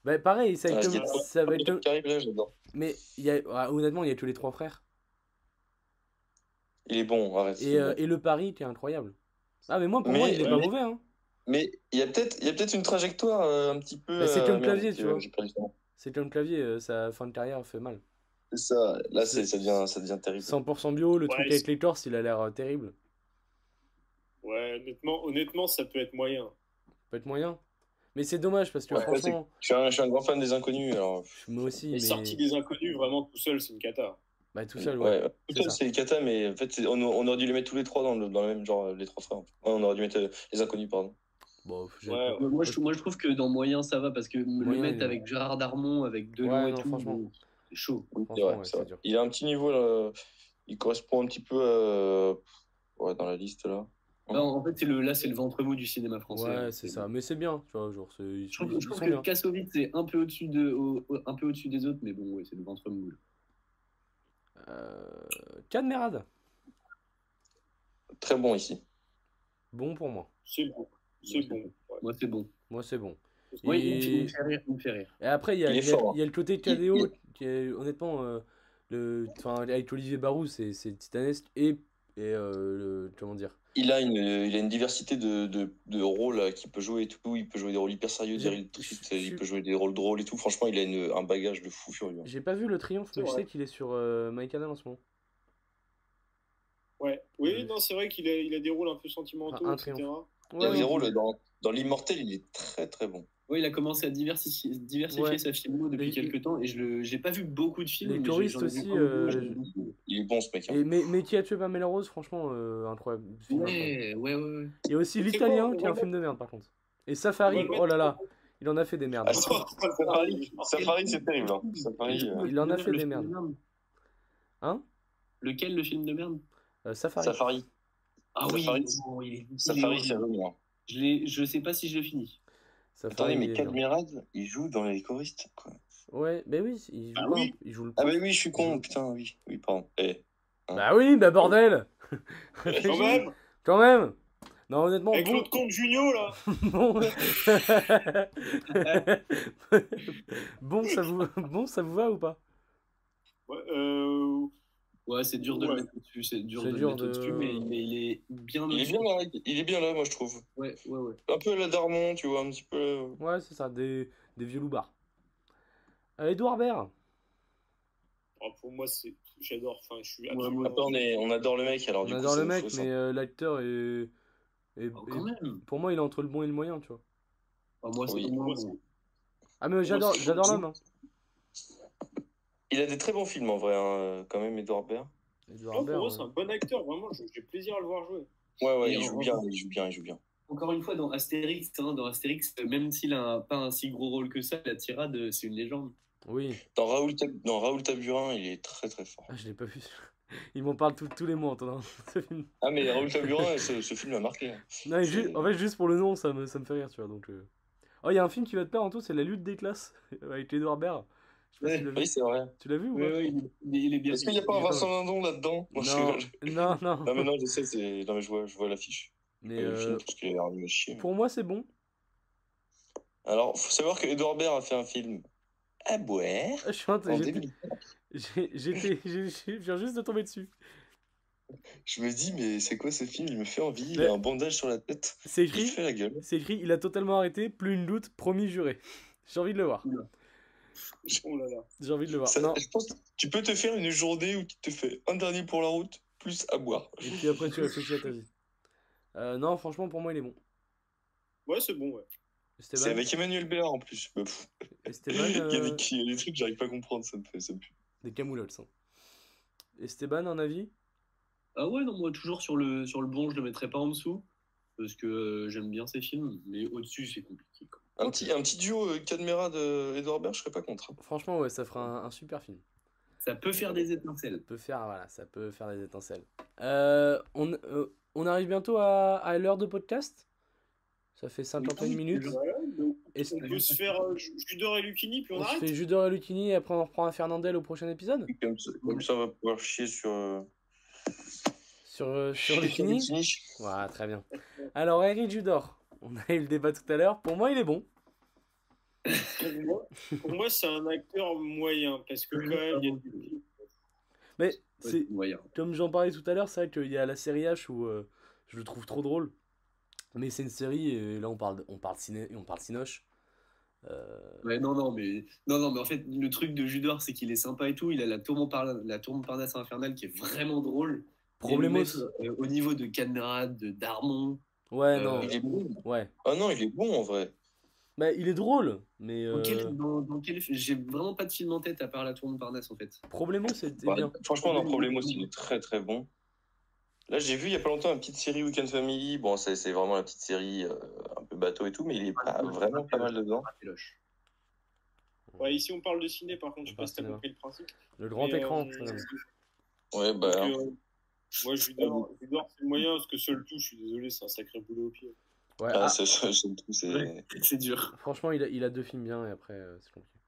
Bah, pareil, ça va être Ah, comme- c'est- ça va être comme- Qui arrive là, j'adore. Mais il y a, ah, honnêtement, il y a que les trois frères. Il est bon, arrête. Et, euh, et le pari qui est incroyable. Ah, mais moi, pour moi, Mais, il est euh, pas mais- mauvais. Hein. Mais il y a peut-être il y a peut-être une trajectoire euh, un petit peu. Mais Bah, c'est euh, comme merde, Clavier, tu euh, vois. j'ai perdu le nom. C'est comme clavier, euh, sa fin de carrière fait mal. C'est ça, là, c'est- C'est- ça devient, ça devient terrible. 100% bio, le Ouais, truc c'est- avec les Corses, il a l'air euh, terrible. Ouais, honnêtement, honnêtement, ça peut être moyen. Peut être moyen. Mais c'est dommage parce que Ouais, franchement, Je suis, un, je suis un grand fan des inconnus, alors. moi aussi, Les mais sorties des inconnus, vraiment tout seul, c'est une cata. bah, tout seul, ouais. ouais. Tout C'est seul, ça. c'est Kata, mais en fait, c'est- on, on aurait dû les mettre tous les trois dans le, dans le même genre, euh, les trois frères. en fait. Ouais, on aurait dû mettre euh, les inconnus, pardon. Bon, j'ai- Ouais, Moi, moi, je, moi, je trouve que dans Moyen, ça va parce que Moyen, le il mettre est- avec Gérard Darmon, avec Delon Ouais, et non, tout, franchement. bon, c'est chaud. Oui, c'est Franchement, vrai, ouais, c'est c'est vrai. dur. Il a un petit niveau, là. Il correspond un petit peu à- ouais, dans la liste, là. Là, Bah, en fait, c'est le, là, c'est le ventre mou du cinéma français. hein. Ouais, hein, c'est ça. Mais c'est bien, tu vois, genre, c'est- ils, Je trouve, ils- je ils trouve sont que bien. Kassovitz est un peu au-dessus de, au- au- un peu au-dessus des autres, mais bon, ouais, c'est le ventre mou. là. Euh, Cadmerade, Très bon ici. bon pour moi. c'est bon. C'est bon. Ouais. Moi, c'est bon. Moi, c'est bon. Moi, Et- il, me fait- il me fait rire, il me fait rire. Et après, il y a, Il est il y a- fort, hein. il y a le côté Il- KDO, qui est, honnêtement, euh, le, enfin, avec Olivier Barou, c'est c'est titanesque. Et, et euh, le- comment dire Il a une, il a une diversité de, de, de rôles euh, qu'il peut jouer et tout. Il peut jouer des rôles hyper sérieux, Je- des rôles je- tristes, je- il peut jouer des rôles drôles et tout. Franchement, il a une- un bagage de fou furieux. J'ai pas vu le triomphe, mais C'est je vrai. sais qu'il est sur euh, MyCanal en ce moment. Ouais. Oui, Ouais. non, c'est vrai qu'il a, il a des rôles un peu sentimentaux, Ah, un etc. Il a Ouais, des ouais. rôles dans, dans l'Immortel, il est très très bon. Ouais, il a commencé à diversifier, diversifier Ouais. sa filmo depuis Les- quelques temps et je le- j'ai pas vu beaucoup de films. Les mais choristes j'en ai vu aussi, un peu, euh, j'en ai vu beaucoup. Il est bon ce mec. hein. Et, mais, mais qui a tué Pamela Rose, franchement, euh, incroyable. film, incroyable. Ouais, ouais, ouais. ouais. Il y a aussi C'est l'Italien quoi, qui est un on film de merde par contre. Et On Safari, va le oh là mettre- <laughs> là, il en a fait des merdes. hein. Ah, c'est- Safari, <laughs> Safari, c'est terrible. hein. Safari, euh, Il en a Lequel, fait le des film merdes. merde Hein Lequel, le film de merde Euh, Safari. Safari, Ah oui, Safari. bon, il est- il est Safari, c'est hein. horrible. vraiment. Je l'ai- je sais pas si je le finis. Safari, Attendez, il mais est bien. Cadmirad, il joue dans les choristes. Quoi. Ouais, mais oui, il joue, Ah pas, oui. il joue le Ah, bah prof. oui, je suis con, putain, oui, oui, pardon. Eh, Bah oui, bah bordel <laughs> Quand même, Quand même Non, honnêtement, avec bon, l'autre compte Junio, là. bon... bon, ça vous... bon, ça vous va ou pas Ouais, euh, Ouais, c'est dur de Ouais. le mettre dessus, c'est dur C'est de le dur mettre de- dessus, mais, mais il est bien Il est au-dessus. bien là, il est bien là, moi je trouve. Ouais, ouais, ouais. Un peu à la Darmon, tu vois, un petit peu. euh, Ouais, c'est ça, des, des vieux loupards. Euh, Edouard Baird. alors oh, pour moi, c'est, j'adore. Enfin, je suis Ouais, moi, absolument- Après, on, est- on adore le mec, alors du On coup. adore ça le nous mec, fausse un mais euh, l'acteur est. est- Oh, est- quand même. Pour moi, il est entre le bon et le moyen, tu vois. Oh, moi, c'est Oui. au moins Moi, bon. Ah, mais j'adore c'est- j'adore l'homme. hein. Il a des très bons films en vrai, hein, quand même, Edouard Baird. Edouard Non, Oh, pour hein. Baird, euh. ouais. moi, c'est un bon acteur, vraiment. je- J'ai plaisir à le voir jouer. Ouais, ouais, Et il en- joue bien, il joue bien, il joue bien. Encore une fois, dans Astérix, hein, dans Astérix, euh, même s'il a un- pas un si gros rôle que ça, la tirade, euh, c'est une légende. Oui, Dans Raoul, Tab- dans Raoul Taburin, il est très très fort. Ah, je l'ai pas vu. Ils m'en parlent tous- tous les mois en entendant <laughs> ce film. Ah, mais Raoul <laughs> Taburin, ce, ce film m'a marqué. hein. Non, mais ju- C'est- en fait, juste pour le nom, ça me, ça me fait rire, tu vois. Donc, euh. Oh, il y a un film qui va te plaire en tout, c'est La lutte des classes <laughs> avec Edouard Baird. Je sais pas si tu l'as vu. Oui, c'est vrai. Tu l'as vu ou Ouais, pas ouais, il, est- il est bien. Est-ce qu'il n'y a pas un pas- Vincent Lindon là-dedans Non, je Non, rigole. non, non. Non, mais non, je sais, c'est- non, mais je vois, je vois l'affiche. Mais Et le euh, film, parce qu'il a l'air nul à chier. pour moi, c'est bon. <laughs> Alors, faut savoir que Edouard Baird a fait un film à boire. Je suis en- En j'étais- 2000. j'ai- <laughs> J'étais. j'ai- Je viens juste de tomber dessus. Je me dis, mais c'est quoi ce film Il me fait envie. Il Mais- a un bandage sur la tête. C'est Il écrit se fait la gueule. C'est écrit, il a totalement arrêté, plus une doute, promis juré. J'ai envie de le voir. Oh là là. J'ai envie de le voir. Ça- Bah, Non. je pense que tu peux te faire une journée où tu te fais un dernier pour la route, plus à boire. Et puis après, tu réfléchis à ta vie. Euh, non, franchement, pour moi, il est bon. Ouais, c'est bon, ouais. Esteban, C'est avec Emmanuel Béard en plus. Bah, pff, Il <laughs> Esteban, y a Eh ben. euh, des, il y a des trucs que j'arrive pas à comprendre, ça me fait ça me pue. des camoulottes. hein. Esteban, un avis Ah ouais, non, moi, toujours sur le, sur le bon, je le mettrais pas en dessous, parce que euh, j'aime bien ces films, mais au-dessus, c'est compliqué. quoi. Un petit, un petit duo euh, Cadmera de Edouard Baird, je serais pas contre. hein. Franchement, ouais, ça fera un, un super film. Ça peut faire des étincelles. Ça peut faire, voilà, ça peut faire des étincelles. Euh, on, euh, on arrive bientôt à, à l'heure de podcast Ça fait 51 Oui, minutes. Voilà, donc, Est-ce- on peut se faire euh, Ju- Judor et Lucini, puis on, on se arrête. fait Judor et Lucini et après on reprend à Fernandel au prochain épisode Et Comme ça, comme ça, on va pouvoir chier sur, euh, Sur, euh, sur <laughs> chier Lucini Voilà, très bien. Alors, Eric Judor, on a eu le débat tout à l'heure. Pour moi, il est bon. Pour moi, pour moi, c'est un acteur moyen, parce que quand même, il y a des films- Mais Ouais, c'est moyen. comme j'en parlais tout à l'heure, c'est vrai qu'il y a la série H où euh, je le trouve trop drôle. Mais c'est une série, et là, on parle, de- on parle, ciné, on parle cinoche. Euh, Ouais, non, non, mais non, non, mais en fait, le truc de Judor, c'est qu'il est sympa et tout. Il a la tour Montparnasse, la tour Montparnasse infernale qui est vraiment drôle. Et le Problemos. mec, euh, au niveau de Canberra, de Darmon. Ouais, euh, non. Il est bon. Ouais. Ah non, il est bon en vrai. Bah, il est drôle, mais Dans quel, euh, dans, dans quel, j'ai vraiment pas de film en tête à part la tour Montparnasse en fait. Problemos, c'était Ouais, bien. Bah, Franchement, dans Problemos, il est très très bon. Là, j'ai vu il y a pas longtemps une petite série Weekend Family. Bon, c'est c'est vraiment la petite série euh, un peu bateau et tout, mais il est pas, vraiment pas mal dedans. Ah, Péloche. Ouais, ici, on parle de ciné, par contre, je sais pas si t'as Cinéma. compris le principe. Le grand Mais, euh, écran. je- quand même. Ouais, bah. donc, euh, moi, Judor, Judor, c'est moyen, parce que seul tout, je suis désolé, c'est un sacré boulot au pied. <laughs> Ouais, Ah, ah, c'est ça, j'aime tout, c'est- Ouais. C'est dur. franchement, il a, il a deux films bien et après, euh, c'est compliqué.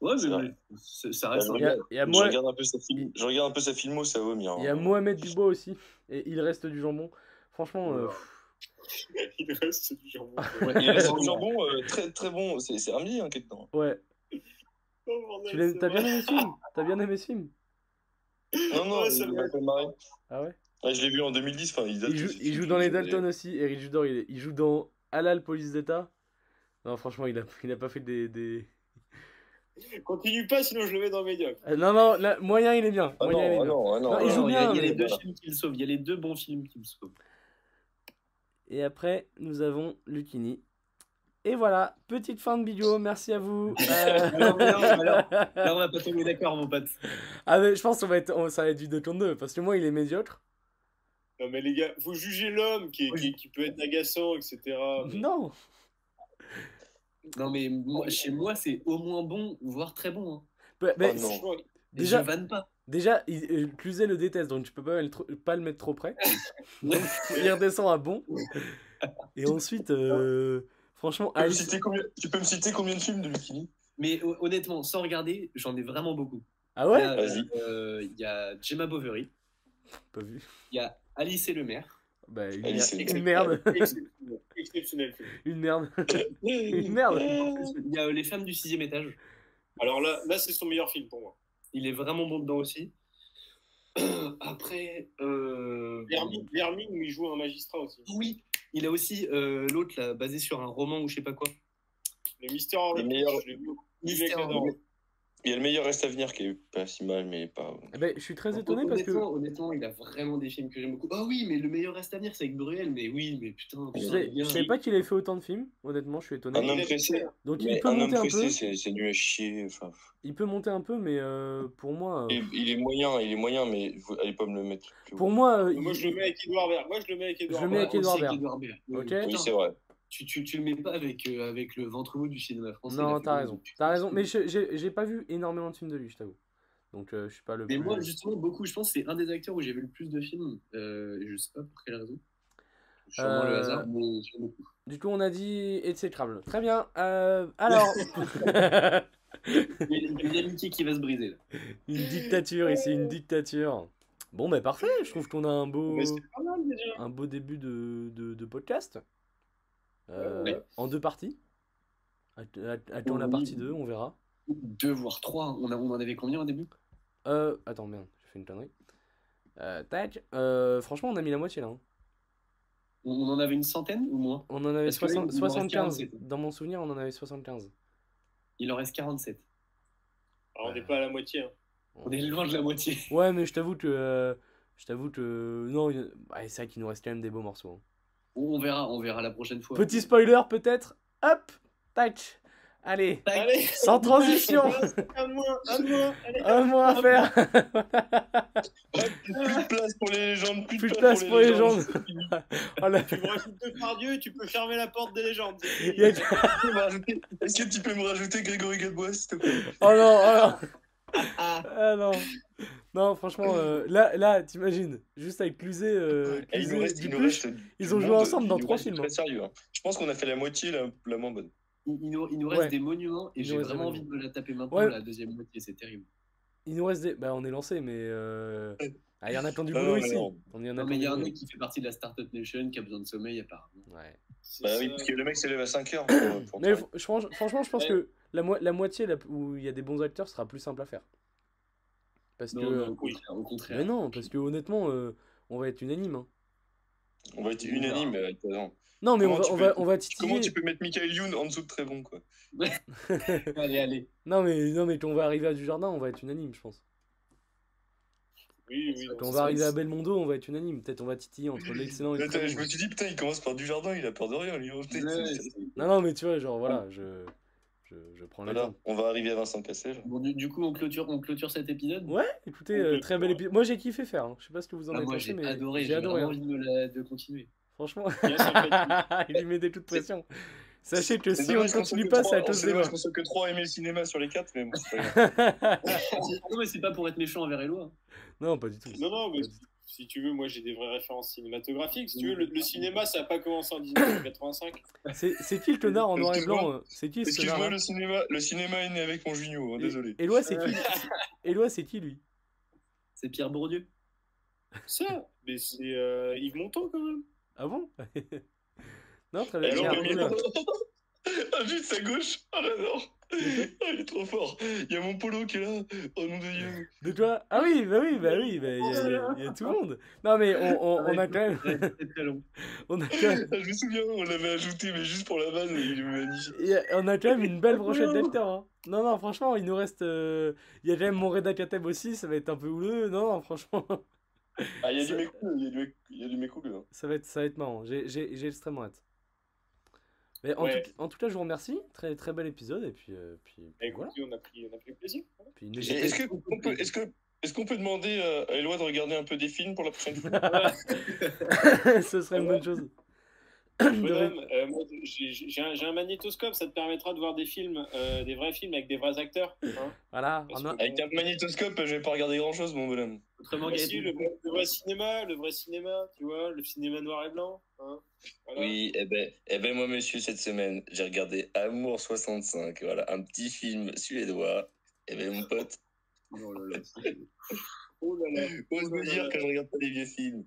Ouais, C'est vrai. mais c'est- ça reste. Ouais, Il y a, il y a moi, Je regarde un peu sa film- je regarde un peu sa filmo, ça vomit. hein. il y a Mohamed Dubois aussi. Et il reste du jambon. Franchement, euh, pff, Il reste du jambon. Ah. un- ouais, Il reste du jambon, euh, très très bon. C'est c'est Armie hein, qui est dedans. ouais. <laughs> Oh, bordel, Tu l'as- c'est T'as vrai. bien aimé ce film T'as bien aimé ce film Non, non, Ouais, il ça m'a fait marrer. Ah ouais Ouais, je l'ai vu en 2010. Enfin, il, date Il de joue, ce il film, joue dans les mais- Dalton aussi. Eric Judor, il, est- il joue dans Halal Police d'État. Non, franchement, il a, il a pas fait des. des- Continue pas, sinon je le mets dans Médiocre. Euh, non, non, là, moyen, il est bien. Ah non, Moyen, il est ah bien. non, ah non, Non, ah il non, joue non, Il y a, bien, hein. il y a les mais- deux films qui le sauvent. Il y a les deux bons films qui le sauvent. Et après, nous avons Lucini. Et voilà, petite fin de vidéo. Merci à <laughs> vous. Euh, Alors, alors, alors, Là, on va pas tomber d'accord, mon pote. Ah, mais je pense qu'on va être, on- ça va être du 2 contre 2 parce que moi, il est médiocre. Non, mais les gars, vous jugez l'homme qui, Oui. qui, qui peut être agaçant, etc. Mais- Non. Non, mais moi, chez moi, c'est au moins bon, voire très bon. hein. Bah, bah, Ah non. Franchement, Et Déjà- je vanne pas. Déjà, il- euh, Cluzet le déteste, donc tu peux pas, le tro- pas le mettre trop <laughs> près. Donc, il redescend à bon. Et ensuite, euh, franchement, Tu peux me Alice- citer combien- Tu peux me citer combien de films de Mikini Mais ho- honnêtement, sans regarder, j'en ai vraiment beaucoup. Ah Il y ouais a, Vas-y. euh, il y a Gemma Bovary, Pas vu. il y a Alice et le maire, Bah, une, Alice merde. et- une merde. exceptionnel. Exceptionnel. film. <laughs> Une <laughs> merde. Une merde. il y a euh, Les femmes du sixième étage. Alors là, là c'est son meilleur film pour moi. Il est vraiment bon dedans aussi. <clears throat> Après, euh, Vermine, Vermine, où il joue un magistrat aussi. oui, il a aussi euh, l'autre là, basé sur un roman ou je sais pas quoi. Le Mister Hornet. meilleurs- je l'ai beaucoup Mystère aimé. en- Il y a le meilleur reste à venir qui est pas si mal, mais pas. Eh ben, je suis très étonné parce que. honnêtement, honnêtement, il a vraiment des films que j'aime beaucoup. Ah oui, mais le meilleur reste à venir, c'est avec Bruel. Mais oui, mais putain, Je putain, savais, les gars. je savais pas qu'il avait fait autant de films, honnêtement, je suis étonné. Un homme pressé. Donc il Mais peut un homme monter un pressé, peu, c'est c'est nul à chier. Enfin, il peut monter un peu, mais euh, pour moi, euh, il, il est moyen, il est moyen, mais vous- allez pas me le mettre. plus haut. pour moi, euh, Moi, il- je le mets avec Edouard Vert. Moi, je le mets avec Edouard Je le mets Baird. avec Édouard Baird. Édouard Baird. Oui, Ok. mais Oui, putain, c'est vrai. tu, tu, tu le mets pas avec, euh, avec le ventre mou du cinéma français. il a non, fait t'as des- raison, t'as raison. Mais je- j'ai j'ai pas vu énormément de films de lui, je t'avoue. Donc euh, je suis pas le. Mais plus- moi, justement, beaucoup, je pense que c'est un des acteurs où j'ai vu le plus de films. Euh, et je sais pas pour quelle raison. Sûrement le Euh, hasard, mais sur le coup. Du coup, on a dit exécrable. Très bien. euh, alors, <laughs> Il y a une- une amitié qui va se briser. Là. une dictature ici, une dictature. Bon, ben parfait. Je trouve qu'on a un beau, Mais c'est pas mal Ah déjà. un beau début de, de, de podcast. Euh, Ouais, ouais. En deux parties. Att- att- Attends la Oui. partie 2, on verra. Deux voire trois. On, a- on en avait combien au début Euh, attends, merde, j'ai fait une connerie. Euh, tac. Euh, franchement, on a mis la moitié là. hein. on, on en avait une centaine ou moins On en avait Parce que 60 là, il nous reste 75. 47. Dans mon souvenir, on en avait 75. Il en reste 47. Alors, Ah, on n'est pas à la moitié. hein. On est loin de la moitié. Ouais, mais je t'avoue que. euh, je t'avoue que. euh, Non, il y a- ouais, c'est vrai qu'il nous reste quand même des beaux morceaux. hein. On on verra, on verra la prochaine fois. Petit spoiler peut-être. Hop Tac Allez Tac. Allez, Sans <laughs> transition un Ah, de moins, un de moins. Allez, Un mois à faire <laughs> Plus de place pour les légendes, plus, Plus de place pour les légendes <laughs> Oh là, tu me rajoutes deux par Dieu, tu peux fermer la porte des légendes. c'est fini. <laughs> il y a que- Tu peux me rajouter- Est-ce que tu peux me rajouter Grégory Gadebois, s'il te plaît Oh non, oh non Ah non Non, franchement, euh, là, là t'imagines, juste avec Cluzet, euh, Eh, il nous Cluzet, reste- il nous Dupuche, reste du ils ont joué monde, ensemble il dans nous trois reste films, Très hein. sérieux. hein. Je pense qu'on a fait la moitié, la, la moins bonne. Il, il nous, il nous reste Ouais. des monuments et Il nous j'ai reste des vraiment envie de monuments. me la taper maintenant, Ouais. la deuxième moitié, c'est terrible. Il nous reste des... Bah on est lancé, mais... Euh... Ah, il y en a plein du Non, boulot mais ici non. On y en a plein Non, mais il du y a un boulot. mec qui fait partie de la Startup Nation qui a besoin de sommeil apparemment. Ouais. C'est Bah oui, ça. parce que le mec s'élève à 5 heures. pour- pour Mais travailler. fr- je- franch- franchement, je pense Ouais. que la, mo- la moitié là, où il y a des bons acteurs sera plus simple à faire. Parce Non, que... non, au oui. contraire, au contraire. Mais non, parce que honnêtement, euh, on va être unanime. hein. On va être unanime. euh, attends. Non, mais on Comment va, tu on, peux- va, on va Comment titiller. tu peux mettre Michael Youn en dessous de Trévon, quoi Allez, allez. Non, mais, non, mais qu'on va arriver à Dujardin, on va être unanime, je pense. Oui, oui. Quand on non, va ça- arriver à Belmondo, on va être unanime. Peut-être on va titiller <laughs> entre l'excellent et le Attends, très Je bon. me suis dit, putain, il commence par du jardin, il a peur de rien, lui. Oh, putain, Ouais, c'est- c'est- Non, non, mais tu vois, genre, voilà, je, je, je prends Voilà, l'exemple. on va arriver à Vincent Cassel. Bon, du, du coup, on clôture, on clôture cet épisode. Ouais, écoutez, euh, très bel épisode. Moi, j'ai kiffé faire. hein. Je sais pas ce que vous en Ah, avez moi, pensé, j'ai mais adoré, j'ai j'ai adoré. vraiment hein. envie de, me la- de <laughs> continuer. Franchement, <laughs> bien sympathique. il lui met des coups de pression. Sachez que si on ne dommage qu'on soit continue que pas, trois- c'est à cause c'est des dommage lois. qu'on soit que 3 aimer le cinéma sur les 4, mais bon, c'est pas grave. non, mais c'est pas pour être méchant envers Eloi. hein. Non, pas du tout. Non, non, mais Pas du tout. si tu veux, moi j'ai des vraies références cinématographiques. Si tu veux, le, le cinéma ça n'a pas commencé en 1985. C'est c'est qui le connard en noir et blanc euh, C'est qui ce Excuse-moi, connard le cinéma, le cinéma est né avec mon Junio, hein, désolé. Éloi, c'est qui <laughs> Éloi, c'est qui lui C'est Pierre Bourdieu. Ça, mais c'est euh, Yves Montand quand même. Ah bon <laughs> Non, très Et bien. alors, Pierre le Bourdieu. milieu- <laughs> Ah, juste à gauche Ah, j'adore Ah, Il est trop fort Il y a mon polo qui est là Oh non, de Dieu De toi Ah oui, bah oui, bah oui, bah il y, a- il y a- il y a tout le monde. Non mais on, on- on a quand même, Ah, Ouais, c'est très long. on a quand même, Ah, Je me souviens, on l'avait ajouté, mais juste pour la vanne, mais il est magnifique. il y a- on a quand même une Ah, belle brochette d'acteurs. hein. Non non, franchement, il nous reste, euh, il y a quand même mon Reda Kateb aussi, ça va être un peu houleux. Non, non, franchement, <laughs> Ah, il y a du mec cool, il y a du mec- il y a du mec cool, hein. ça va être, ça va être marrant. J'ai, j'ai, j'ai extrêmement hâte. Mais en, Ouais. tout, en tout cas, je vous remercie. Très très bel épisode et puis euh, puis, Bah, puis voilà. écoutez, on a pris, on a pris plaisir. Puis Et n'hésitez- Est-ce que- on peut- est-ce que- est-ce qu'on peut demander euh, à Eloi de regarder un peu des films pour la prochaine fois <laughs> ce serait une bonne chose. <coughs> Bonhomme, euh, moi, j'ai- j'ai un, j'ai un magnétoscope, ça te permettra de voir des films, euh, des vrais films avec des vrais acteurs. hein. <laughs> Voilà, Parce on a- que- Avec un magnétoscope, je vais pas regarder grand-chose, mon bonhomme. Autrement, Bah, si, Gaëtan, le, vrai- le vrai cinéma, le vrai cinéma, tu vois, le cinéma noir et blanc. hein. Voilà. Oui, eh ben, eh ben moi, monsieur, cette semaine, j'ai regardé Amour 65, voilà, un petit film suédois. Eh ben, mon pote, Oh là là, <laughs> c'est- Oh là là. <laughs> ose me dire que je regarde pas des vieux films.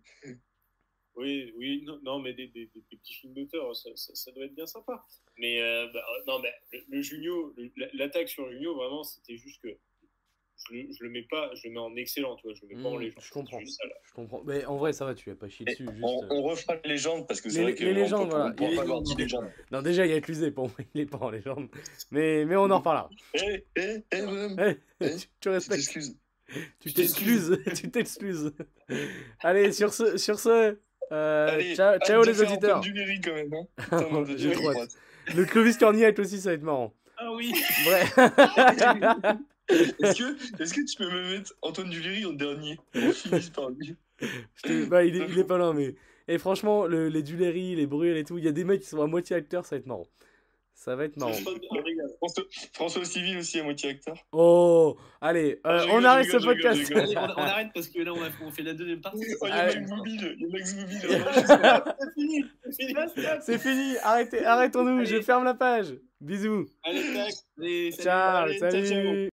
Oui, oui, non, non, mais des, des- des- des petits films d'auteur, ça, ça- ça doit être bien sympa. oh, Mais euh, bah, euh, non, mais le, le Junio, le- la- l'attaque sur Junio, vraiment, c'était juste que je, le- je le mets pas, je le mets en excellent, tu vois, je le mets pas en Mm, légende. je comprends. C'est juste ça, là. Je comprends. Mais en vrai, ça va, tu vas pas chier Et dessus. Juste... On, euh, on refera les légendes parce que c'est Les- vrai que les on légendes, peut- voilà. on pourra Les pas avoir légendes. dix légendes. Non, déjà, il y a Cluzet pour moi. Il est pas en légende. Mais, mais on en reparlera. Eh, eh, eh, madame, Eh, <laughs> Eh, tu, tu tu respectes. t'excuses. Tu je t'excuses. <laughs> tu t'excuses. Allez, sur ce. Sur ce euh, Allez, ciao, hâte ciao de les faire un peu auditeurs. Du mérite quand même. <laughs> hein. Putain, non, J'ai trop droite. Le Clovis Cornillac aussi, ça va être marrant. Ah <laughs> oui <laughs> <laughs> Bref. Euh, Est-ce que, est-ce que tu peux me mettre Antoine Duléry en dernier On finisse par lui. Je te- bah, il, est, il est pas loin, mais. Et franchement, le- les Duléry, les Bruel et tout, il y a des mecs qui sont à moitié acteurs, ça va être marrant. Ça va être marrant. C'est pas de- un régal. François, François Civil aussi à moitié acteur. Oh Allez, euh, Je rigole, on arrête je ce rigole, je podcast. rigole, Allez, <laughs> on, on arrête parce que là, on, va- on fait la deuxième Oh, partie. il y a Ah, <laughs> Max Mobile, il y a Max <laughs> Mobile. C'est fini, c'est fini. C'est fini, arrêtez, arrêtons-nous, je Allez. ferme la page. Bisous. Allez, tac. Allez, salut. Ciao, allez, ciao, ciao. salut.